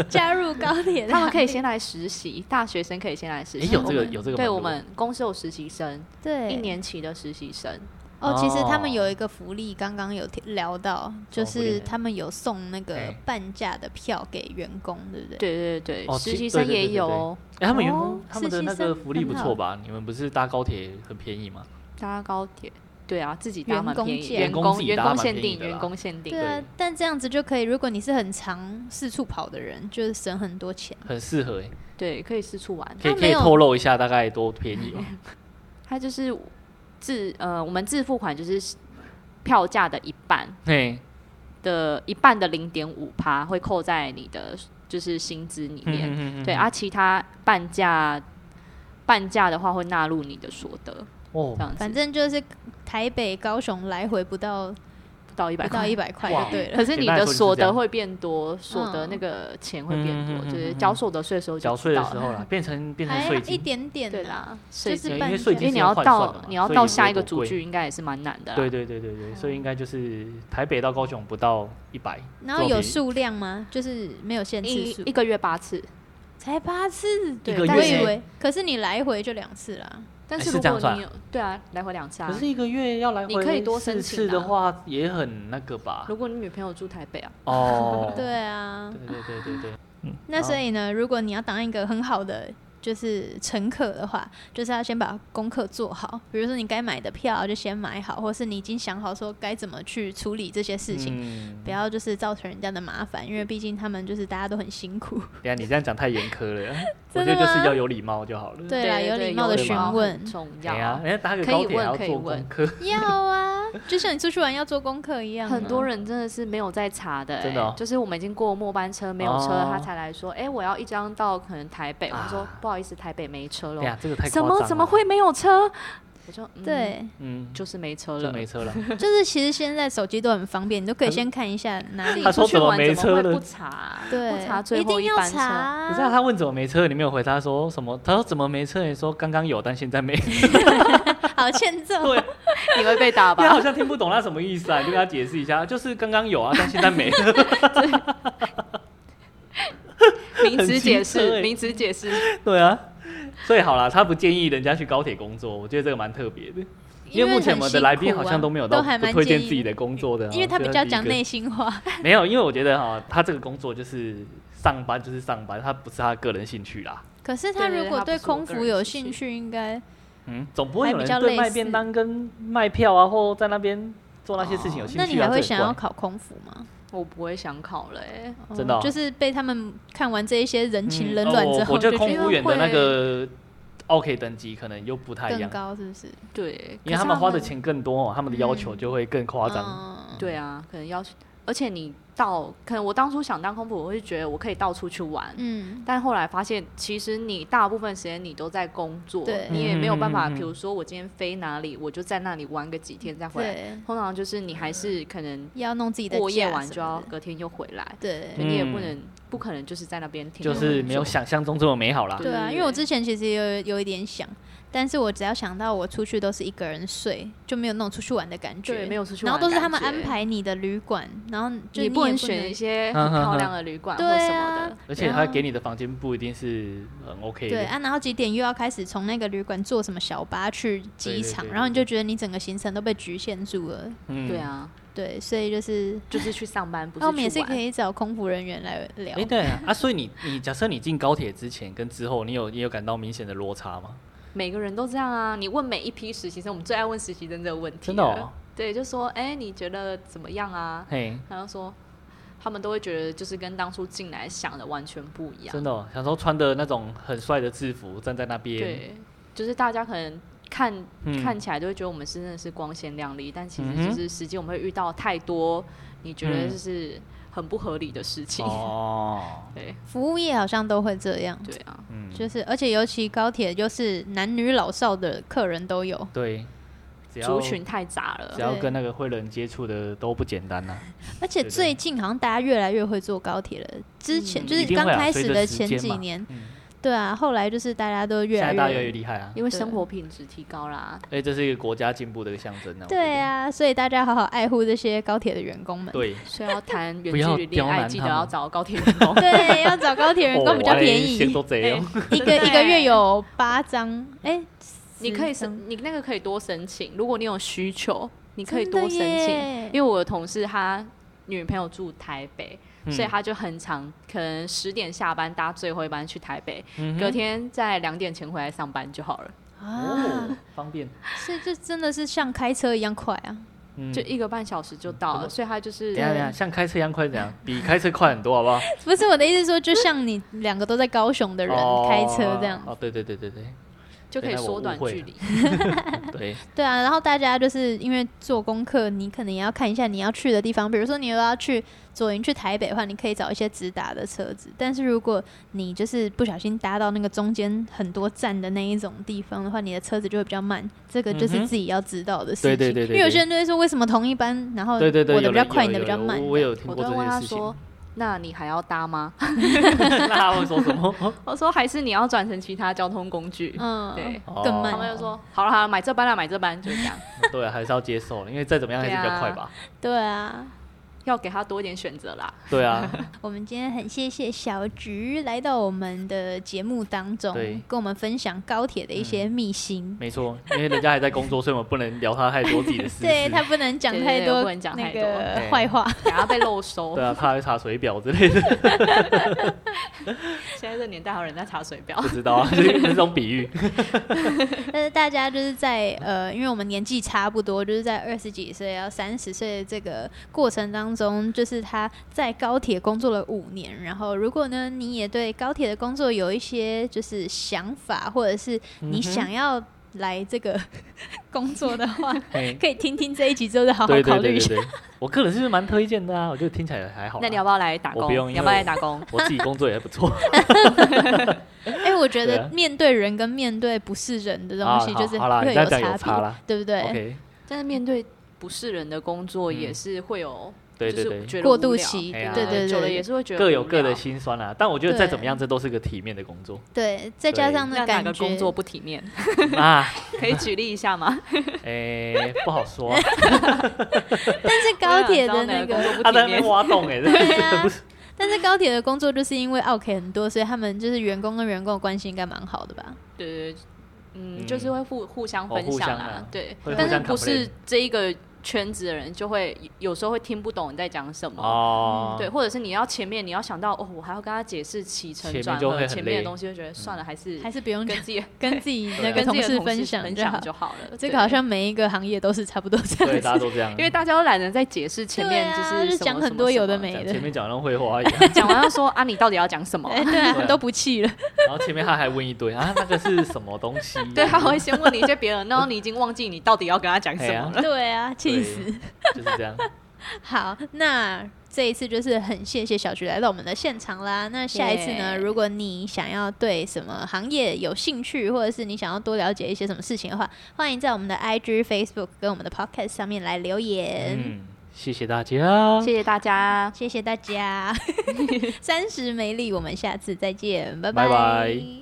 S1: 加入高 *laughs* 铁的行列，
S3: 他们可以先来实习，大学生可以先来实
S2: 诶，
S3: 习。
S2: 有这
S3: 我
S2: 个
S3: 们
S2: 有这个门路，
S3: 对我们公司有实习生，
S1: 对
S3: 一年期的实习生，
S1: 哦。其实他们
S2: 哦
S1: 有一个福利，刚刚有提聊到，就
S2: 什么哦福利
S1: 是他们有送那个
S2: 哎
S1: 半价的票给员工，对不对？
S3: 对对对
S2: 哦
S3: 对，实
S2: 其对
S3: 习生
S2: 对对
S3: 也
S2: 对
S3: 有
S2: 对
S3: 哦，
S2: 诶他们员
S1: 哦
S2: 工他们的
S1: 实习
S2: 那个
S1: 生
S2: 福利
S1: 很
S2: 不
S1: 好
S2: 错吧？你们不是搭高铁很便宜吗？
S3: 搭高铁。对啊，自己搭
S1: 员
S3: 蛮
S1: 工
S3: 便宜，
S1: 价
S3: 员
S2: 员工
S3: 工
S2: 自己
S3: 员
S2: 搭
S3: 工
S2: 蛮
S3: 限
S2: 便宜
S3: 定，
S2: 的啦
S3: 员工限定
S1: 对。啊
S2: 对，
S1: 但这样子就可以，如果你是很常四处跑的人，就是省很多钱。
S2: 很适合诶，
S3: 对，可以四处玩。
S2: 可以
S1: 他
S2: 可以
S1: 没有
S2: 透露一下大概多便宜
S3: *laughs*
S2: 吗？
S3: 它就是自呃，我们自付款就是票价的一半
S2: 嘿，
S3: 的一半的零点五趴会扣在你的就是薪资里
S2: 嗯
S3: 面。
S2: 嗯嗯嗯
S3: 对啊，其他半价半价的话会纳入你的所得，
S2: 哦
S3: 这，样子。
S1: 反正就是台北、高雄来回不到
S3: 不到一百
S1: 不到
S3: 块
S1: 一。百块
S2: 哇
S1: 就对了。
S3: 可是你
S2: 简单来说
S3: 的
S2: 就是
S3: 所
S2: 这
S3: 得
S2: 样
S3: 会变多，所得
S1: 嗯
S3: 那个钱会变多
S2: 嗯嗯嗯，嗯
S3: 就是
S2: 嗯
S3: 缴所得税的时候就
S2: 缴
S3: 知
S2: 税的
S3: 道
S2: 时
S3: 了哎
S2: 候啦，变成变成
S1: 还
S2: 税
S1: 一
S2: 金，
S1: 点点
S3: 对
S1: 啦，
S3: 啦，
S1: 就
S3: 税
S1: 是
S2: 因
S3: 金，
S2: 为
S1: 半
S2: 税
S1: 价
S2: 金
S3: 因为
S2: 是
S3: 你
S2: 要
S3: 要
S2: 换算的
S3: 到
S2: 嘛
S3: 你要
S2: 所以
S3: 到
S2: 也
S3: 下
S2: 没
S3: 一个
S2: 多
S3: 主
S2: 贵
S3: 句应该也是蛮难的啦。啊
S2: 对对对对对，所以应该就是台北到高雄不到一百，
S1: 然后有数量吗？就是没有限次
S3: 一
S1: 数
S3: 一，个月八次，
S1: 才八次，
S2: 一
S3: 对
S2: 个
S1: 我
S2: 月
S1: 以
S2: 欸，
S1: 为，可是你来回就两次啦。，
S3: 但
S2: 哎
S3: 是
S2: 是
S3: 如
S2: 这样
S3: 果
S2: 算
S3: 你有对啊，来回两次
S2: 可
S3: 啊。
S2: 是一个月要来回
S3: 你可以多
S2: 四
S3: 申
S2: 次
S3: 请
S2: 的
S3: 啊
S2: 话也很那个吧？
S3: 如果你女朋友住台北啊，
S2: 哦
S3: *laughs*
S1: 对啊，
S2: 对对对对对，
S1: 那所以呢，如果你要当一个很好的就是乘客的话，就是要先把功课做好，比如说你该买的票就先买好，或是你已经想好说该怎么去处理这些事情。
S2: 嗯
S1: 不要就是造成人家的麻烦，因为毕竟他们就是大家都很辛苦。
S2: 等一下你这样讲太严苛了，我觉
S1: 真
S2: 得
S1: 的
S2: 就是
S1: 吗
S2: 要有礼貌就好了。
S1: 对啦，有
S3: 对
S1: 礼貌的
S2: 有礼
S1: 询
S2: 貌
S1: 问
S3: 很重
S2: 哎呀，
S3: 要。
S2: 人家搭个
S3: 可
S2: 高
S3: 以
S2: 铁还
S3: 问
S2: 要
S3: 可以
S2: 做
S3: 问
S2: 功课，
S1: 要啊， *laughs* 就像你出去玩要做功课一样、啊
S3: 很多，人真的是没有在查的、欸，
S2: 真的哦
S3: 就是我们已经过末班车没有车，
S2: 哦
S3: 他才来说，哎、我要一张到可能台北，
S2: 啊
S3: 我说不好意思，台北没车
S2: 哎
S3: 喽。
S2: 呀，这个太夸
S3: 怎
S2: 张
S3: 么
S2: 了
S3: 怎么？会没有车？我说、嗯，，
S1: 对，
S2: 嗯，
S3: 就是没车
S2: 就
S3: 了。
S2: 没 *laughs* 车了。
S1: 就是其实现在手机都很方便，你都可以先看一下哪
S3: 自
S1: 里
S3: 己
S2: 他说
S3: 出去
S2: 怎么
S3: 玩
S2: 没
S3: 怎么
S2: 车
S3: 会
S2: 了
S3: 不查啊？不
S1: 对，
S3: 查最
S1: 一
S3: 后
S1: 定要
S3: 班
S1: 查
S3: 车。
S2: 不
S1: 啊。
S2: 是啊，他问怎么没车，你没有回他说什么？他说怎么没车？你说刚刚有，但现在没。 *laughs*
S1: 好欠揍。
S2: 对，
S3: 你会被打
S2: *laughs* 因为
S3: 吧
S2: 好？像听不懂他什么意思啊，你就跟他解释一下，就是刚刚有啊，但现在没了。
S3: 名
S2: 很
S3: 词解
S2: 机车欸
S3: 释，名词解释，
S2: 对啊，所以好啦，他不建议人家去高铁工作，我觉得这个蛮特别的。因为目前我们的来宾好像都没有到
S1: 啊都还
S2: 不
S1: 蛮
S2: 推荐
S1: 建议
S2: 自己的工作的啊，
S1: 因为他
S2: 这
S1: 比
S2: 是
S1: 较
S2: 第一
S1: 讲
S2: 个
S1: 内心话，
S2: 没有，因为我觉得哈、他这个工作就是上班就是上班，他不是他个人兴趣啦。
S1: 可是他
S3: 对对
S1: 如
S3: 对
S1: 果
S3: 他不
S1: 对
S3: 是
S1: 空
S3: 我个
S1: 服
S3: 人
S1: 有
S3: 兴
S1: 兴趣，应该
S2: 嗯，总不会有
S1: 还比较
S2: 人对
S1: 类
S2: 卖
S1: 似
S2: 便当跟卖票啊，或在那边做那些事情有兴趣、啊
S1: 哦那你还会
S2: 这
S1: 想
S2: 很
S1: 要
S2: 怪
S1: 考空服吗？
S3: 我不会想考了、欸。
S1: 哦
S2: 真的哦
S1: 就是被他们看完这一些人情
S2: 嗯
S1: 冷暖
S2: 哦
S1: 之后，
S2: 我觉
S1: 就觉
S2: 得空
S1: 得
S2: 服员的那个 OK 等级可能又不太一
S1: 更
S2: 样，
S1: 高是不是？
S3: 对，
S2: 因为他们花的钱更多哦，他们的要求就会更夸张。
S1: 嗯，
S3: 对啊，可能要去，而且你到，可能我当初想当空服，我会觉得我可以到处去玩，
S1: 嗯，
S3: 但后来发现，其实你大部分时间你都在工作
S1: 对，
S3: 你也没有办法，
S2: 嗯嗯嗯嗯
S3: 比如说我今天飞哪里，我就在那里玩个几天再回来。
S1: 对，
S3: 通常就是你还是可能
S1: 要弄自己的
S3: 过夜
S1: 假
S3: 完
S1: 什
S3: 就
S1: 么
S3: 要
S1: 的
S3: 隔天又回来，
S1: 对
S3: 所以你也不
S2: 嗯
S3: 能、不可能就是在那边停
S2: 就
S3: 留很久，
S2: 是没有想象中这么美好啦。
S1: 对啊，
S3: 对
S1: 因为我之前其实有有一点想，但是我只要想到我出去都是一个人睡，就没有那种出去玩的感觉，
S3: 对没有出去
S1: 然
S3: 玩
S1: 后
S3: 的感觉，
S1: 都是他们安排你的旅馆，然后就
S3: 你
S1: 不
S3: 不能
S2: *laughs*
S3: 选一些
S2: 嗯
S3: 很漂亮的旅馆或
S1: 对
S3: 什
S1: 啊
S3: 么的，
S2: 而且他给你的房间不一定是很 OK
S1: 对
S2: 的，
S1: 啊，然后几点又要开始从那个旅馆坐什么小巴去机场，
S2: 对对对
S1: 然后你就觉得你整个行程都被局限住了，
S2: 嗯
S3: 对。
S1: *laughs*
S3: 啊，
S1: 对，所以就是，啊
S3: 就是去上班，不是
S1: 那我们也
S3: 去
S1: 是
S3: 玩
S1: 可以找空服人员来聊
S2: 哎，。对啊，啊所以你你假设你进高铁之前跟之后，你有你有感到明显的落差吗？
S3: 每个人都这样啊。你问每一批实习生，我们最爱问实习生这个问题了，
S2: 真的哦
S3: 对，就说哎、你觉得怎么样啊？
S2: 嘿，
S3: 然后说他们都会觉得就是跟当初进来想的完全不一样，
S2: 真的哦，想说穿的那种很帅的制服站在那边，
S3: 对，就是大家可能看、
S2: 嗯
S3: 看起来就会觉得我们是真的是光鲜亮丽，但其
S2: 嗯
S3: 实
S2: 哼
S3: 就是实际我们会遇到太多你觉得
S2: 嗯
S3: 就是很不合理的事情，
S2: 哦，
S3: 对
S1: 服务业好像都会这样，
S3: 对啊，
S2: 嗯，
S1: 就是而且尤其高铁，就是男女老少的客人都有。
S2: 对，只要
S3: 族群太杂
S2: 只
S3: 了，
S2: 要
S1: 对
S2: 跟那个会人接触的都不简单呐、
S1: 而且
S2: 对对
S1: 最近好像大家越来越会坐高铁了，之前
S3: 嗯
S1: 就是
S2: 一定
S1: 刚
S2: 会啊
S1: 开
S2: 随
S1: 始
S2: 着
S1: 的
S2: 时
S1: 前
S2: 间
S1: 几
S2: 嘛
S1: 年，
S2: 嗯，
S1: 对啊，后来就是大家都越
S2: 现
S1: 来
S2: 在大家越来
S1: 越
S2: 越厉害啊，
S3: 因为
S1: 对
S3: 生活品质提
S2: *laughs*
S3: 高啦，
S2: 哎，这是一个国家进步的一个象征呢、啊。我觉得
S1: 对，啊，所以大家好好爱护这些高铁的员工们。。
S2: 对，
S3: 所以要谈远
S2: 不要
S3: 距离恋
S2: 刁
S3: 爱，
S2: 难
S3: 记
S2: 他
S3: 得
S2: 们
S3: 要找高铁员工
S1: *laughs* 对，要找高铁员工比较便宜，
S2: 哦先都这
S1: *laughs*
S2: 哦样。
S1: 一个
S3: *laughs* 对
S1: 一个月有八张，哎，
S3: 你可以
S1: 十张
S3: 申，你那个可以多申请，如果你有需求，你可以
S1: 真的
S3: 多申请。
S1: 耶
S3: 因为我的同事他女朋友住台北，
S2: 嗯
S3: 所以他就很常可能十点下班搭最后一班去台北，
S2: 嗯哼
S3: 隔天在两点前回来上班就好了，
S1: 啊，
S2: 哦，方便，
S1: 所以这真的是像开车一样快啊！
S2: 嗯
S3: 就一个半小时就到了。
S2: 嗯
S3: 所以他就
S2: 等
S3: 是
S2: 一下等一下，像开车一样快怎
S1: *laughs*
S2: 样？比开车快很多，好不好？
S1: 不是我的意思是说，就像你两个都在高雄的人
S2: 哦
S1: 开车这样，
S2: 哦，对对对
S1: *laughs*
S2: 对对
S3: 就可以缩短距离。
S2: 对，
S1: 对啊，然后大家就是因为做功课，你可能也要看一下你要去的地方。比如说，你又要去左营去台北的话，你可以找一些直达的车子。但是如果你就是不小心搭到那个中间很多站的那一种地方的话，你的车子就会比较慢。这个就
S2: 嗯
S1: 是
S2: 哼
S1: 自己要知道的事情。
S2: 对对对对对
S1: 因为有些人就会说，为什么同一班，然哦后我
S2: 对对对，
S1: 的
S2: 有
S1: 比较
S2: 人
S1: 快，
S2: 有
S1: 你的
S2: 有
S1: 比较
S2: 有
S1: 慢？
S2: 我我有听
S3: 我
S2: 过这
S3: 都会问
S2: 件
S3: 他
S2: 事情
S3: 说，：“那你还要搭吗
S2: *laughs*
S3: *laughs*
S2: 那他会说什
S1: *laughs*
S2: 么？？”
S3: 我说：“还是你要转成其他交通工具。
S1: 嗯，
S3: 对
S1: 更
S2: 哦
S1: 慢
S3: 他们就说：“好了好了，买这班了，买这班。”就这样， *laughs*
S2: 对，啊还是要接受，因为再怎么样还是比较快吧。
S1: 对啊。
S3: 要给他多一点选
S1: *laughs*
S3: 择啦。
S2: 对啊，
S1: 我们今天很谢谢小菊来到我们的节目当中
S2: 对，嗯
S1: 跟我们分享高铁的一些秘辛。
S2: 没错，因为人家还在工作，所以我们不能聊他太多自己的私事。
S1: *laughs* 对他不能讲
S3: 对对
S1: 太
S3: 对
S1: 多
S3: 不能讲
S1: 那
S3: 太多
S1: 个
S2: 对
S1: 坏话。
S3: 等下被漏收
S2: 对。啊，怕查水表之类的，
S3: 现在这年代还有人在查水表
S2: 不，知道
S1: *laughs*
S2: 啊，就是这种比喻。
S1: 但是大家就是在呃，因为我们年纪差不多，就是在二十几岁到三十岁的这个过程当中，就是他在高铁工作了五年。然后，如果呢你也对高铁的工作有一些就是想法，或者是你
S2: 嗯
S1: 想要来这个工作的话，
S2: 嘿
S1: 可以听听这一集之后再好好
S2: 对对
S1: 考虑
S2: 对
S1: 一下。
S2: 对对，我个人是蛮推荐的啊，我觉得听起来还好啦。
S3: 那你要不要来打工？
S2: 我不用因为
S3: 要不要来打工？
S2: 我自己工作也还不错，
S1: 哎、我觉
S2: 对
S1: 得
S2: 啊
S1: 面对人跟面对不是人的东
S2: 啊
S1: 西，就是
S2: 好好啦
S1: 会
S2: 你这样讲有
S1: 差
S2: 差
S1: 别
S2: 啦，
S1: 对不 *laughs* 对
S2: OK，
S3: 但是面对不是人的工作，也是会有
S2: 嗯对对
S3: 就
S2: 对
S3: 是觉得
S1: 过渡
S3: 无聊
S1: 期，
S2: 哎呀
S1: 对对对，
S3: 久了也是会觉得
S2: 各有各
S3: 无
S2: 的
S3: 聊
S2: 辛酸啊啦。但我觉得再
S1: 对
S2: 怎么样，这都是个体面的工作 *laughs*
S1: 对，再加上
S3: 那
S1: 那
S3: 哪
S1: 感
S3: 个
S1: 觉，
S3: 工作不体面？
S2: 啊。
S3: 可以举例一
S1: *laughs*
S3: 下吗？
S2: 哎，不好说啊，
S1: 但是高铁的那
S3: *laughs* 我想知道哪工
S1: 个，
S3: *laughs* 作不
S2: 他
S3: 体
S2: 在那边
S3: 面，
S2: 啊挖洞
S1: *laughs*
S2: 哎，
S1: 对
S2: 这
S1: 啊
S2: *laughs* 不是。
S1: 但是高铁的工作就是因为 OK 很多，所以他们就是员工跟员工的关系应该蛮好的吧？
S3: 对对对，嗯，
S2: 嗯
S3: 就是会互互相
S2: 哦
S3: 分
S2: 互
S3: 享
S2: 相
S3: 啦
S2: 啊，
S3: 对
S2: 会，互
S3: 但是
S2: 相
S3: 不
S2: complain
S3: 是这一个圈子的人就会有时候会听不懂你在讲什么。
S2: 哦，
S3: 嗯对，，或者是你要前面你要想到哦，我还要跟他解释起承
S2: 前面
S3: 转
S2: 就会
S3: 合，
S2: 很
S3: 前面的
S2: 累
S3: 东西，就觉得算了，还是
S1: 还是不用
S3: 嗯跟
S1: 讲
S3: 自己
S1: 跟自己那
S2: 对
S1: 个
S3: *laughs* 跟自己的
S1: 事
S3: 同
S1: 分
S3: 事
S1: 享
S3: 分
S1: 就好
S3: 享。就好了。
S1: 这
S3: 对
S1: 个好像每一个行业都是差不多这
S2: 对，
S1: 样 *laughs*
S2: 大家
S1: 子，
S2: 都这样，
S3: 因为大家都懒得再解释前面
S1: 对啊
S3: 是
S1: 就
S3: 什么
S1: 讲
S3: 什么
S1: 很多有的
S3: 什么
S1: 没
S2: 讲
S1: 的
S2: 前面讲像绘画一样，
S3: 讲完要说啊，你到底要
S1: *laughs*
S3: 讲什么？
S1: 哎对啊
S2: 对啊，
S1: 都不
S2: *laughs*
S1: 气了。
S2: 然后前面他还问一堆啊，那个是什么东西？
S3: *laughs* 对，他会先问你一些别人，然后你已经忘记你到底要跟他讲什
S2: 哎呀
S3: 么了。
S1: 对啊，气
S2: 对
S1: 死。
S2: 就是这样。
S1: 好，那这一次就是很谢谢小菊来到我们的现场啦。那下一次呢
S3: 耶
S1: 如果你想要对什么行业有兴趣，或者是你想要多了解一些什么事情的话，欢迎在我们的 IG、Facebook 跟我们的 Podcast 上面来留言。
S2: 嗯，谢谢大家，
S3: 谢谢大家。
S1: 谢谢大家，三十美丽，我们下次再见，拜
S2: 拜拜